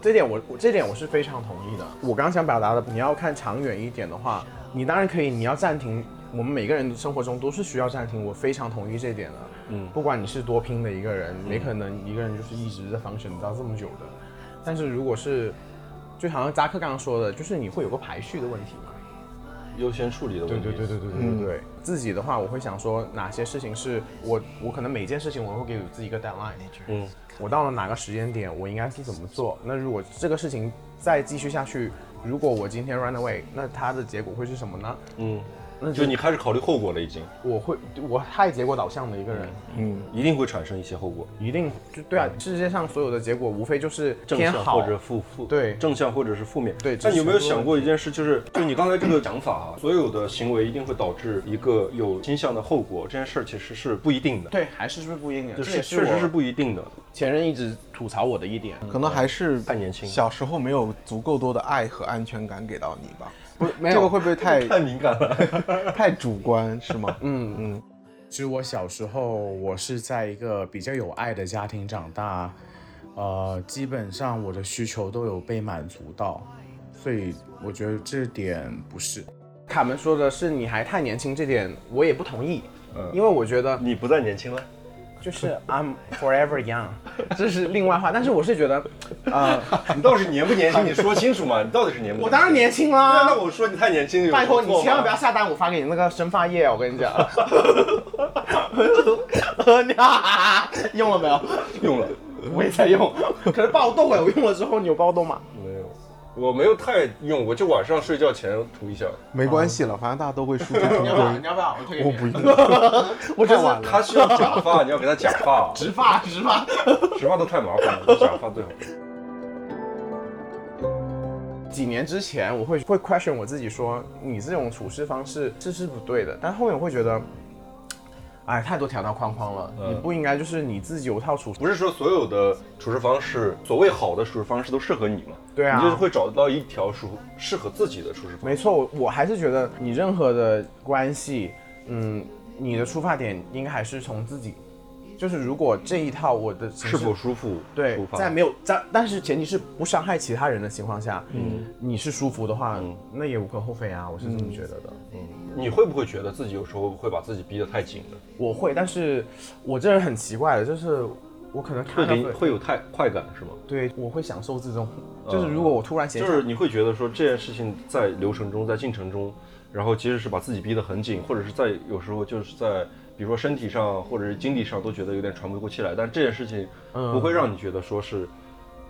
Speaker 4: 这点我我这点我是非常同意的。我刚刚想表达的，你要看长远一点的话，你当然可以，你要暂停。我们每个人的生活中都是需要暂停，我非常同意这点的。嗯，不管你是多拼的一个人，没可能一个人就是一直在防神到这么久的。但是如果是，就好像扎克刚刚说的，就是你会有个排序的问题嘛。
Speaker 6: 优先处理的问题。
Speaker 4: 对对对对对对。自己的话，我会想说哪些事情是我我可能每件事情我会给自己一个 deadline，
Speaker 6: 嗯，
Speaker 4: 我到了哪个时间点，我应该是怎么做？那如果这个事情再继续下去，如果我今天 run away，那它的结果会是什么呢？
Speaker 6: 嗯，
Speaker 4: 那
Speaker 6: 就你开始考虑后果了，已经
Speaker 4: 我会我太结果导向的一个人，
Speaker 6: 一定会产生一些后果。
Speaker 4: 一定就对啊，世界上所有的结果无非就是
Speaker 6: 正
Speaker 4: 偏
Speaker 6: 向
Speaker 4: 好
Speaker 6: 或者负负
Speaker 4: 对
Speaker 6: 正向或者是负面
Speaker 4: 对这
Speaker 6: 那你有没有
Speaker 4: 是全部
Speaker 6: 想过一件事，就是就你刚才这个想法啊，所有的行为一定会导致一个有倾向的后果，这件事儿其实是不一定的，
Speaker 4: 对，还是是不一定的，
Speaker 6: 就
Speaker 4: 这也是
Speaker 6: 是确实是
Speaker 4: 我
Speaker 6: 不一定的。
Speaker 4: 前任一直吐槽我的一点，
Speaker 5: 可能还是
Speaker 6: 太年轻
Speaker 5: 小时候没有足够多的爱和安全感给到你吧。
Speaker 4: 不没
Speaker 5: 这个
Speaker 4: 有
Speaker 5: 会不会太
Speaker 6: 太敏感了，
Speaker 5: 太主观是吗？嗯嗯，
Speaker 9: 其实我小时候，我是在一个比较有爱的家庭长大，呃，基本上我的需求都有被满足到，所以我觉得这点不是。
Speaker 4: 卡门说的是你还太年轻这点，我也不同意，因为我觉得
Speaker 6: 你不再年轻了。
Speaker 4: 就是 I'm forever young，这是另外话。但是我是觉得，呃，
Speaker 6: 你倒是年不年轻，你说清 楚嘛？你到底是年不？
Speaker 4: 我当然年轻
Speaker 6: 那那
Speaker 4: 啦。
Speaker 6: 我说你太年轻有什么
Speaker 4: 拜托你
Speaker 6: 错吗
Speaker 4: 千万不要下单，我发给你那个生发液，我跟你讲。用了没有？
Speaker 6: 用了。
Speaker 4: 我也在用， 可是爆痘哎！我用了之后你有爆痘吗？
Speaker 6: 没有，我没有太用，我就晚上睡觉前涂一下。
Speaker 5: 没关系了，反正大家都会输出常
Speaker 4: 你要不 要？
Speaker 5: 规
Speaker 4: 你。要不要？我推给
Speaker 5: 我
Speaker 4: 你。
Speaker 5: 不用，
Speaker 4: 我
Speaker 5: 太晚了。
Speaker 6: 他需要假发，你要给他假发，
Speaker 4: 直发直发。
Speaker 6: 直发都太麻烦了，假发最好。
Speaker 4: 几年之前，我会会 question 我自己说，你这种处事方式这是不对的。但后面我会觉得，哎，太多条条框框了，你不应该就是你自己有套处。
Speaker 6: 不是说所有的处事方式，所谓好的处事方式都适合你嘛？
Speaker 4: 对啊
Speaker 6: 你就是会找到一条属适合自己的处事方式。
Speaker 4: 没错，我我还是觉得你任何的关系，嗯，你的出发点应该还是从自己，就是如果这一套我的
Speaker 6: 是否舒服？
Speaker 4: 对
Speaker 6: 出，发
Speaker 4: 在没有在，但是前提是不伤害其他人的情况下，嗯，你是舒服的话，
Speaker 6: 嗯
Speaker 4: 那也无可厚非啊，我是这么觉得的。
Speaker 6: 你会不会觉得自己有时候会把自己逼得太紧了，
Speaker 4: 我会，但是我这人很奇怪的，就是我可能看
Speaker 6: 会
Speaker 4: 到
Speaker 6: 给你会有太快感是吗？
Speaker 4: 对，我会享受这种，就是如果我突然闲
Speaker 6: 就
Speaker 4: 下
Speaker 6: 是你会觉得说这件事情在流程中，在进程中，然后即使是把自己逼得很紧，或者是在有时候就是在比如说身体上或者是精力上都觉得有点喘不过气来，但这件事情不会让你觉得说是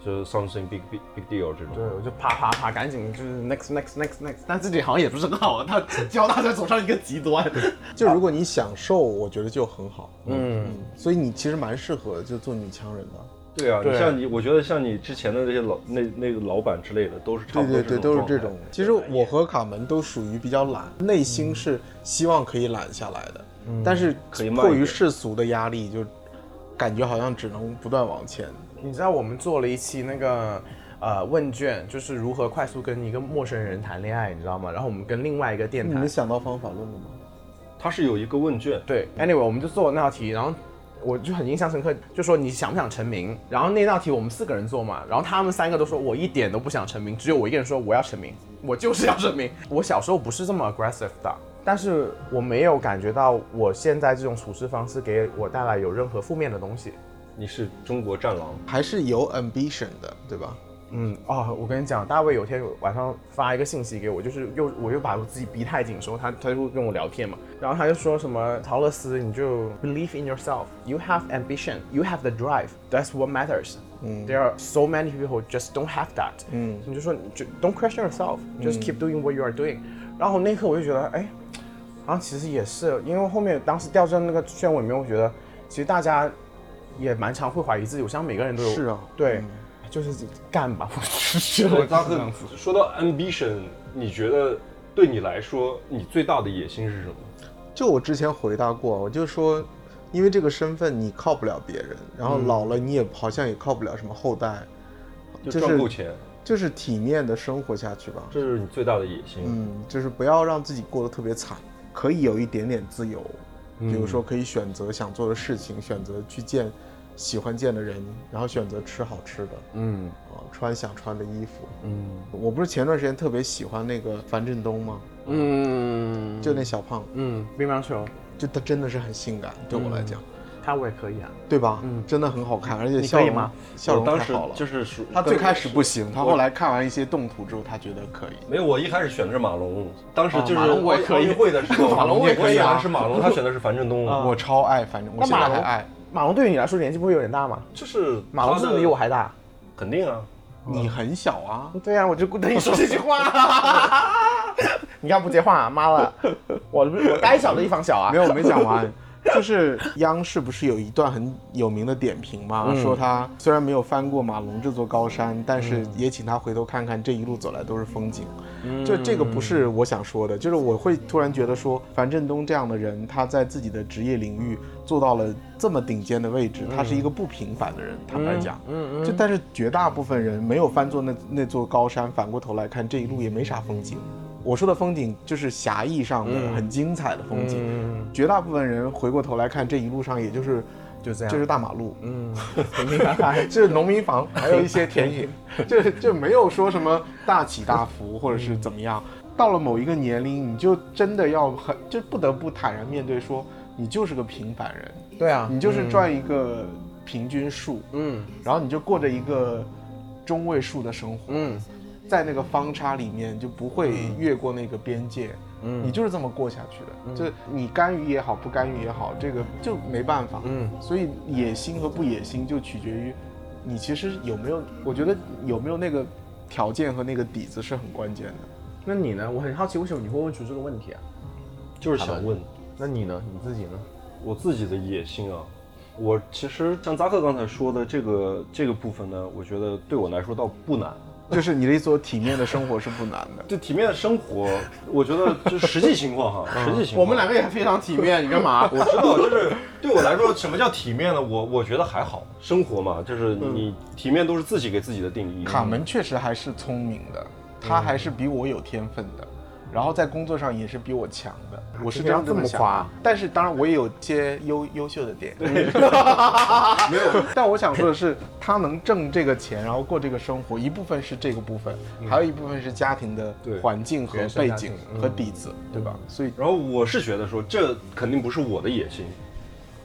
Speaker 6: 就是 something big big big deal 这种。
Speaker 4: 对，我就啪啪啪，赶紧就是 next next next next，但自己好像也不是很好，他教大家走上一个极端。
Speaker 6: 嗯
Speaker 5: 就如果你享受，我觉得就很好。嗯，所以你其实蛮适合就做女强人的。
Speaker 6: 对啊，你像你，我觉得像你之前的那些老那那个老板之类的，都是差
Speaker 5: 对
Speaker 6: 不多
Speaker 5: 对对，都是这种
Speaker 6: 状态。
Speaker 5: 其实我和卡门都属于比较懒，内心是希望可以懒下来的，但是
Speaker 6: 可以慢一点
Speaker 5: 迫于世俗的压力，就感觉好像只能不断往前。
Speaker 4: 你知道我们做了一期那个呃问卷，就是如何快速跟一个陌生人谈恋爱，你知道吗？然后我们跟另外一个电
Speaker 5: 你
Speaker 4: 台
Speaker 6: 嗯
Speaker 5: 们，想到方法论了吗？
Speaker 6: 它是有一个问卷，
Speaker 4: 对，anyway，我们就做了那道题，然后。我就很印象深刻，就说你想不想成名？然后那道题我们四个人做嘛，然后他们三个都说我一点都不想成名，只有我一个人说我要成名，我就是要成名。我小时候不是这么 aggressive 的，但是我没有感觉到我现在这种处事方式给我带来有任何负面的东西。
Speaker 6: 你是中国战狼，
Speaker 5: 还是有 ambition 的，对吧？
Speaker 4: 嗯哦，我跟你讲，大卫有天晚上发一个信息给我，就是又我又把我自己逼太紧的时候，他他就跟我聊天嘛，然后他就说什么陶乐斯，你就 believe in yourself, you have ambition, you have the drive, that's what matters. 嗯，There are so many people just don't have that. 嗯，你就说你就 don't question yourself, just keep doing what you are doing. 然后那一刻我就觉得，哎，啊，其实也是，因为后面当时掉进那个漩涡里面，我觉得其实大家也蛮常会怀疑自己，我相信每个人都有。
Speaker 5: 是啊
Speaker 4: 对，就是干 吧， 我就觉
Speaker 6: 我
Speaker 4: 得
Speaker 6: 扎克说到 ambition，你觉得对你来说，你最大的野心是什么？
Speaker 5: 就我之前回答过，我就说，因为这个身份你靠不了别人，然后老了你也好像也靠不了什么后代，
Speaker 6: 就
Speaker 5: 就是
Speaker 6: 赚够钱，
Speaker 5: 就是体面的生活下去吧。
Speaker 6: 这是你最大的野心。
Speaker 5: 嗯，就是不要让自己过得特别惨，可以有一点点自由，比如说可以选择想做的事情，选择去见喜欢见的人，然后选择吃好吃的，嗯，啊，穿想穿的衣服，嗯，我不是前段时间特别喜欢那个樊振东吗？
Speaker 4: 嗯，
Speaker 5: 就那小胖，
Speaker 4: 嗯，乒乓球，
Speaker 5: 就他真的是很性感，对我来讲，
Speaker 4: 他我也可以啊。
Speaker 5: 对吧？嗯，真的很好看，而且
Speaker 4: 你
Speaker 5: 笑
Speaker 4: 可以
Speaker 5: 容
Speaker 4: 吗
Speaker 5: 笑容
Speaker 6: 我当
Speaker 5: 太
Speaker 6: 时
Speaker 5: 好了。
Speaker 6: 就是属
Speaker 5: 他最开始不行，他后来看完一些动图之后，他觉得可以。
Speaker 6: 没有，我一开始选的是马龙，当时就是
Speaker 4: 啊马龙我也可以
Speaker 6: 奥运会的时候，
Speaker 4: 马龙我也可以啊啊
Speaker 6: 选的是马龙，他选的是樊振东，
Speaker 5: 我超爱，反正我
Speaker 4: 那
Speaker 5: 现在
Speaker 4: 马
Speaker 5: 还
Speaker 4: 龙
Speaker 5: 爱。，
Speaker 4: 马龙对于你来说年纪不会有点大吗？
Speaker 6: 就是
Speaker 4: 马龙是
Speaker 6: 他
Speaker 4: 不是
Speaker 6: 的
Speaker 4: 比我还大？
Speaker 6: 肯定啊，
Speaker 5: 你很小啊，
Speaker 4: 对呀、啊，我就等你说这句话。 你干嘛不接话、啊？妈了，我我该小的地方小啊。
Speaker 5: 没有，我没讲完。就是央视不是有一段很有名的点评吗？说他虽然没有翻过马龙这座高山，但是也请他回头看看这一路走来都是风景。就这个不是我想说的，就是我会突然觉得说，樊振东这样的人，他在自己的职业领域做到了这么顶尖的位置，他是一个不平凡的人。坦白讲，嗯就但是绝大部分人没有翻过那那座高山，反过头来看这一路也没啥风景。我说的风景就是狭义上的、
Speaker 4: 嗯
Speaker 5: 很精彩的风景，绝大部分人回过头来看这一路上，也就是
Speaker 4: 就这样
Speaker 5: 就是大马路，
Speaker 4: 嗯，明明白 白。
Speaker 5: 就是农民房，还有一些田野，就就没有说什么大起大伏或者是怎么样。到了某一个年龄，你就真的要很就不得不坦然面对说，你就是个平凡人，
Speaker 4: 对啊，
Speaker 5: 你就是赚一个平均数，
Speaker 4: 嗯
Speaker 5: 然后你就过着一个中位数的生活，
Speaker 4: 嗯
Speaker 5: 在那个方差里面就不会越过那个边界，嗯，你就是这么过下去的，
Speaker 4: 嗯
Speaker 5: 就是你甘于也好，不甘于也好，这个就没办法，
Speaker 4: 嗯，
Speaker 5: 所以野心和不野心就取决于你其实有没有，我觉得有没有那个条件和那个底子是很关键的。
Speaker 4: 那你呢？我很好奇，为什么你会问出这个问题啊？
Speaker 6: 就是想问
Speaker 4: 那你呢？你自己呢？
Speaker 6: 我自己的野心啊。我其实像扎克刚才说的这个这个部分呢，我觉得对我来说倒不难，
Speaker 5: 就是你的意思，我体面的生活是不难的。
Speaker 6: 就体面的生活，我觉得就实际情况哈，实际情 况。
Speaker 4: 我们两个也非常体面，你干嘛？
Speaker 6: 我知道，就是 对我来说，什么叫体面呢？我我觉得还好，生活嘛，就是你体面都是自己给自己的定义。
Speaker 5: 卡门确实还是聪明的，
Speaker 4: 嗯
Speaker 5: 他还是比我有天分的，然后在工作上也是比我强的，我是
Speaker 4: 啊这
Speaker 5: 这
Speaker 4: 个要
Speaker 5: 样
Speaker 4: 这么
Speaker 5: 想
Speaker 4: 夸啊
Speaker 5: 的。但是当然我也有些优优秀的点， 没有。但我想说的是，他能挣这个钱，然后过这个生活，一部分是这个部分，还有一部分是家庭的
Speaker 6: 对
Speaker 5: 环境和
Speaker 4: 嗯原生
Speaker 5: 背
Speaker 4: 家
Speaker 5: 景
Speaker 4: 庭嗯
Speaker 5: 和底子，对吧？所以
Speaker 6: 然后我是觉得说，这肯定不是我的野心。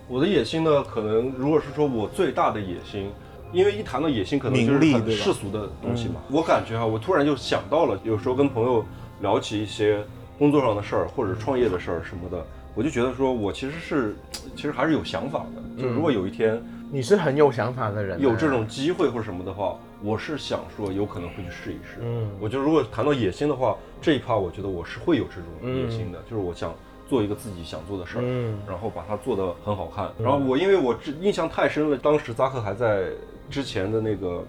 Speaker 6: 我的野心呢，可能如果是说我最大的野心，因为一谈到野心，可能就是
Speaker 5: 名利
Speaker 6: 很
Speaker 5: 对吧嗯
Speaker 6: 世俗的东西嘛。我感觉啊，我突然就想到了，有时候跟朋友聊起一些工作上的事儿或者创业的事儿什么的，我就觉得说我其实是，其实还是有想法的。就如
Speaker 5: 嗯
Speaker 6: 果有一天
Speaker 4: 你是很有想法的人、啊
Speaker 6: 有这。种机会或者什么的话，我是想说有可能会去试一试。嗯，我觉得如果谈到野心的话，这一趴我觉得我是会有这种野心的，就是我想做一个自己想做的事儿，嗯，然后把它做得很好看。然后我因为我之印象太深了，当时扎克还在之前的那个。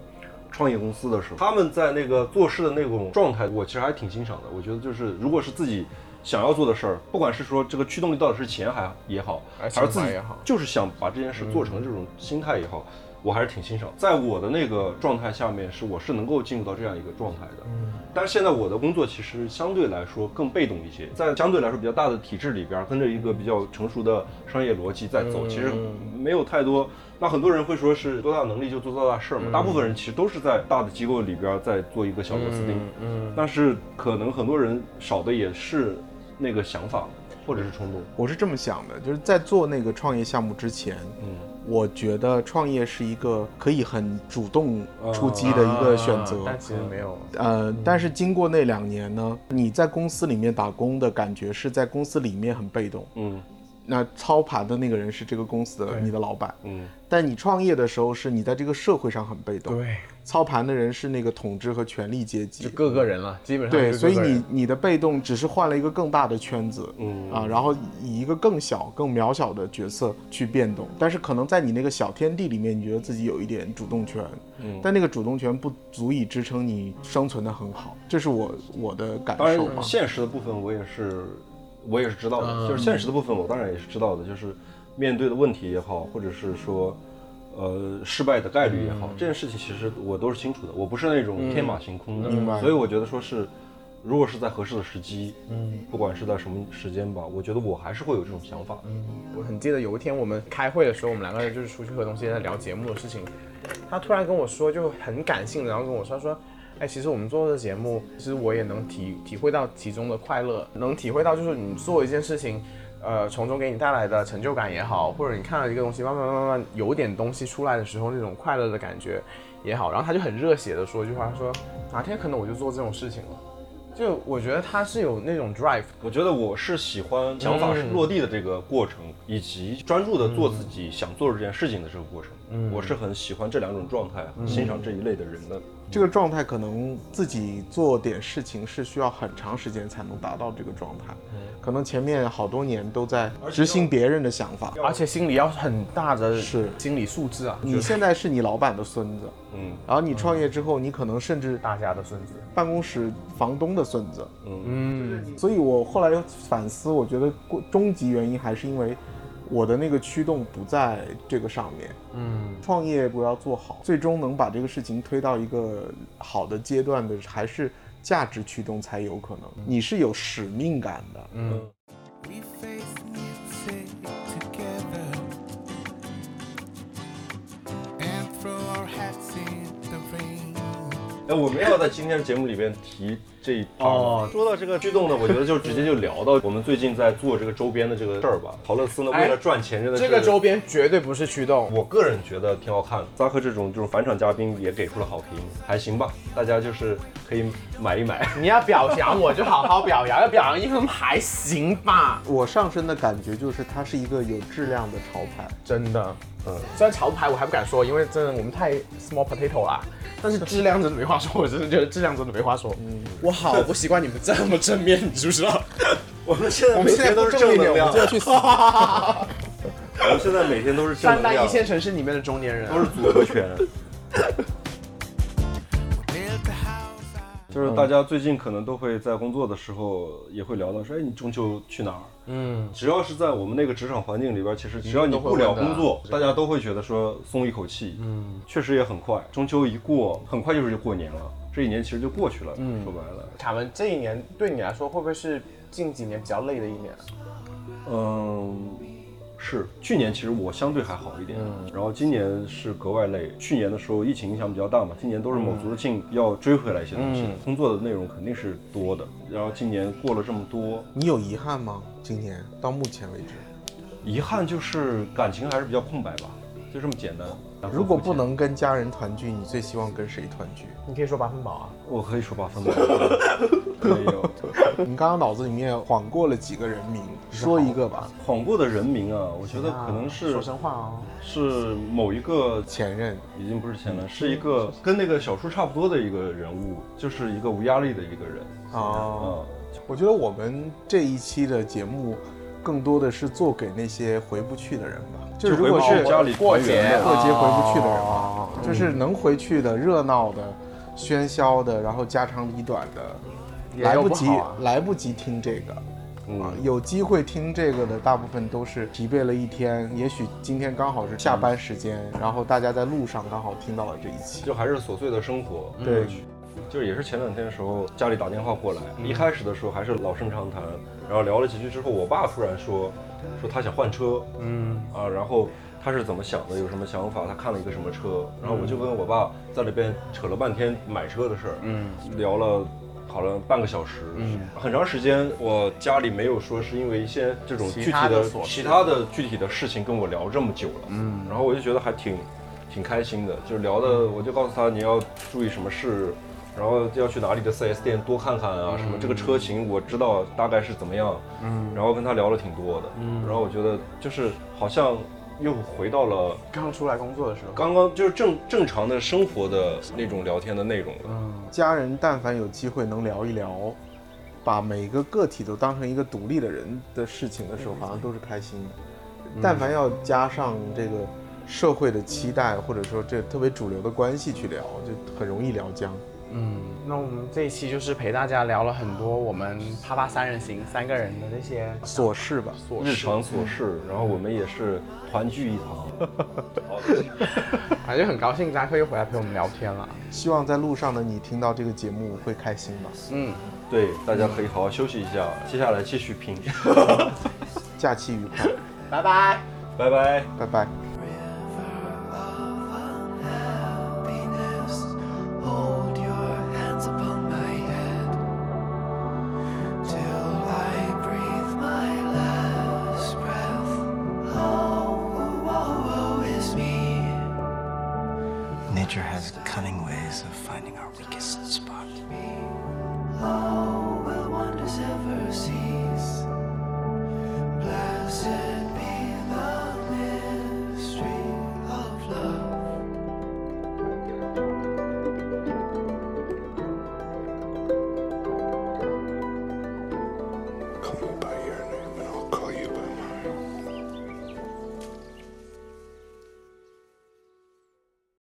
Speaker 6: 创业公司的时候，他们在那个做事的那种状态，我其实还挺欣赏的。我觉得就是，如果是自己想要做的事儿，不管是说这个驱动力到底是钱还也好，
Speaker 4: 还
Speaker 6: 还
Speaker 4: 是
Speaker 6: 是自
Speaker 4: 想法
Speaker 6: 己
Speaker 4: 哎也好嗯
Speaker 6: 就是想把这件事做成这种心态也好，我还是挺欣赏。在我的那个状态下面，是我是能够进入到这样一个状态的。
Speaker 4: 嗯
Speaker 6: 但是现在我的工作其实相对来说更被动一些，在相对来说比较大的体制里边儿，跟着一个比较成熟的商业逻辑在
Speaker 4: 嗯
Speaker 6: 走，其实没有太多。那很多人会说是多大能力就做多大
Speaker 4: 嗯
Speaker 6: 事儿嘛，大部分人其实都是在大的机构里边儿在做一个小螺丝钉，
Speaker 4: 嗯
Speaker 6: 但是可能很多人少的也是那个想法或者是冲动。
Speaker 5: 我是这么想的，就是在做那个创业项目之前，
Speaker 6: 嗯，
Speaker 5: 我觉得创业是一个可以很主动出击的一个选择。
Speaker 4: 嗯啊但其实没有，
Speaker 5: 呃，但是经过那两年呢，你在公司里面打工的感觉是在公司里面很被动，
Speaker 6: 嗯
Speaker 5: 那操盘的那个人是这个公司的你的老板，
Speaker 6: 嗯
Speaker 5: 但你创业的时候是你在这个社会上很被动，
Speaker 4: 对，
Speaker 5: 操盘的人是那个统治和权力阶级
Speaker 4: 就，各个人了，基本上
Speaker 5: 对，
Speaker 4: 就
Speaker 5: 所
Speaker 4: 各
Speaker 5: 以
Speaker 4: 个人
Speaker 5: 你你的被动只是换了一个更大的圈子，
Speaker 6: 嗯
Speaker 5: 啊，然后以一个更小、更渺小的角色去变动，但是可能在你那个小天地里面，你觉得自己有一点主动权，嗯，但那个主动权不足以支撑你生存的很好，这是我我的感
Speaker 6: 当然
Speaker 5: 受，吧。啊
Speaker 6: 现实的部分我也是，我也是知道的，就是现实的部分我当然也是知道的，就是面对的问题也好，或者是说，呃，失败的概率也好，这件事情其实我都是清楚的，我不是那种天马行空的，所以我觉得说是。如果是在合适的时机，嗯，不管是在什么时间吧，我觉得我还是会有这种想法。
Speaker 4: 我很记得有一天我们开会的时候，我们两个人就是出去喝东西，在聊节目的事情。他突然跟我说，就很感性的，然后跟我说他说，哎，其实我们做这节目，其实我也能体体会到其中的快乐，能体会到就是你做一件事情，呃，从中给你带来的成就感也好，或者你看到一个东西慢慢慢慢有点东西出来的时候那种快乐的感觉也好。然后他就很热血的说一句话，他说啊哪天可能我就做这种事情了。就我觉得他是有那种 drive
Speaker 6: 我觉得我是喜欢想法是落地的这个过程，以及专注的做自己想做的这件事情的这个过程。我是很喜欢这两种状态，很欣赏这一类的人的。
Speaker 5: 这个状态可能自己做点事情是需要很长时间才能达到这个状态，可能前面好多年都在执行别人的想法。
Speaker 4: 而且心里要很大的
Speaker 5: 是
Speaker 4: 心理素质啊，
Speaker 5: 你现在是你老板的孙子，
Speaker 6: 嗯
Speaker 5: 然后你创业之后，你可能甚至
Speaker 4: 大家的孙子。
Speaker 5: 办公室房东的孙子，
Speaker 6: 嗯
Speaker 5: 所以我后来又反思，我觉得过终极原因还是因为我的那个驱动不在这个上面。嗯，创业我要做好，最终能把这个事情推到一个好的阶段的，还是价值驱动才有可能。你是有使命感的，
Speaker 8: We face music together and throw our hats in the rain.
Speaker 6: 哎，我们要在今天节目里边提这一趴。哦，说到这个驱动呢，我觉得就直接就聊到我们最近在做这个周边的这个事儿吧。陶乐斯呢，为了赚钱，真的是
Speaker 4: 这个周边绝对不是驱动，
Speaker 6: 我个人觉得挺好看的。扎克这种这种返场嘉宾也给出了好评，还行吧，大家就是可以买一买。
Speaker 4: 你要表扬我就好好表扬，要表扬一分还行吧？
Speaker 5: 我上身的感觉就是它是一个有质量的潮牌。
Speaker 4: 真的，嗯，虽然潮牌我还不敢说，因为真的我们太 small potato 啦，但是质量真的没话说，我真的觉得质量真的没话说。我好不习惯你们这么正面，你知不知道？
Speaker 6: 我们现 在
Speaker 4: 我们现在不正面，我们就要去 死。
Speaker 6: 我们现在每天都是正
Speaker 4: 三
Speaker 6: 能
Speaker 4: 大
Speaker 6: 量
Speaker 4: 一，线城市里面的中年人啊、
Speaker 6: 都是组合拳。
Speaker 8: Built a house
Speaker 6: 就是大家最近可能都会在工作的时候也会聊到说，哎，你中秋去哪儿？嗯，只要是在我们那个职场环境里边，其实只要你不聊工作，大家都会觉得说松一口气。嗯，确实也很快，中秋一过，很快就是过年了，这一年其实就过去了。嗯，说白了，
Speaker 4: 卡门，这一年对你来说会不会是近几年比较累的一年？
Speaker 6: 嗯，是去年其实我相对还好一点，然后今年是格外累。去年的时候疫情影响比较大嘛，今年都是卯足了劲要追回来一些东西，工作的内容肯定是多的。然后今年过了这么多，
Speaker 5: 你有遗憾吗？今年到目前为止，
Speaker 6: 遗憾就是感情还是比较空白吧，就这么简单。
Speaker 5: 如果不，能跟家人团聚，你最希望跟谁团聚？
Speaker 4: 你可以说八分饱啊。
Speaker 6: 我可以说八分吧， 没有。
Speaker 5: 你刚刚脑子里面晃过了几个人名，说一个吧。
Speaker 6: 晃过的人名啊，我觉
Speaker 4: 嗯
Speaker 6: 得可能是
Speaker 4: 说真话哦。
Speaker 6: 是某一个
Speaker 5: 前任，啊
Speaker 6: 已经不是前男，嗯是一个跟那个小说差不多的一个人物，就是一个无压力的一个人。
Speaker 5: 哦
Speaker 6: 啊，
Speaker 5: 我觉得我们这一期的节目，更多的是做给那些回不去的人吧。就
Speaker 6: 就
Speaker 5: 如果
Speaker 6: 回不去
Speaker 5: 是
Speaker 6: 家里
Speaker 5: 过
Speaker 6: 团
Speaker 5: 节
Speaker 6: 圆的
Speaker 5: 过节回不去的人
Speaker 4: 哦
Speaker 5: 吧，就是能回去的、热闹的、喧嚣的，然后家长里短的，
Speaker 4: 也
Speaker 5: 来
Speaker 4: 有不
Speaker 5: 及
Speaker 4: 好啊
Speaker 5: 来不及听这个。啊
Speaker 6: 嗯，，
Speaker 5: 有机会听这个的，大部分都是疲惫了一天，也许今天刚好是下班时间，然后大家在路上刚好听到了这一期。
Speaker 6: 就还是琐碎的生活。
Speaker 5: 对，
Speaker 6: 就是也是前两天的时候，家里打电话过来，一开始的时候还是老生常谈，然后聊了几句之后，我爸突然说，说他想换车，嗯啊，然后他是怎么想的，有什么想法，他看了一个什么车，然后我就跟我爸在那边扯了半天买车的事儿，嗯，聊了。好了半个小时，嗯，很长时间，我家里没有说是因为一些这种具体
Speaker 4: 他的
Speaker 6: 的
Speaker 4: 琐事
Speaker 6: 其他的具体的事情跟我聊这么久了，嗯，然后我就觉得还挺挺开心的，就聊的我就告诉他你要注意什么事，然后要去哪里的 4S 店多看看啊，什么这个车型我知道大概是怎么样，嗯，然后跟他聊了挺多的，嗯，然后我觉得就是好像又回到了
Speaker 4: 刚出来工作的时候，
Speaker 6: 刚刚就是正正常的生活的那种聊天的内容了，
Speaker 5: 家人但凡有机会能聊一聊，把每个个体都当成一个独立的人的事情的时候，好像都是开心的。但凡要加上这个社会的期待，或者说这特别主流的关系去聊，就很容易聊僵。
Speaker 4: 那我们这一期就是陪大家聊了很多我们啪啪三人行三个人的那些
Speaker 5: 琐事吧，
Speaker 6: 日常嗯琐事，然后我们也是团聚一堂，好
Speaker 4: 反正很高兴扎克又回来陪我们聊天了。
Speaker 5: 希望在路上的你听到这个节目会开心吧。
Speaker 4: 嗯，
Speaker 6: 对，大家可以好好休息一下，接下来继续拼，
Speaker 5: 假期愉快，
Speaker 4: 拜拜。
Speaker 6: 拜拜。
Speaker 5: 拜拜。
Speaker 8: happiness. Hold your hands upon my head till I breathe my last breath. Oh, woe, woe is me. Nature has cunning ways of finding our weakest spot. Oh, will wonders ever cease? Blessed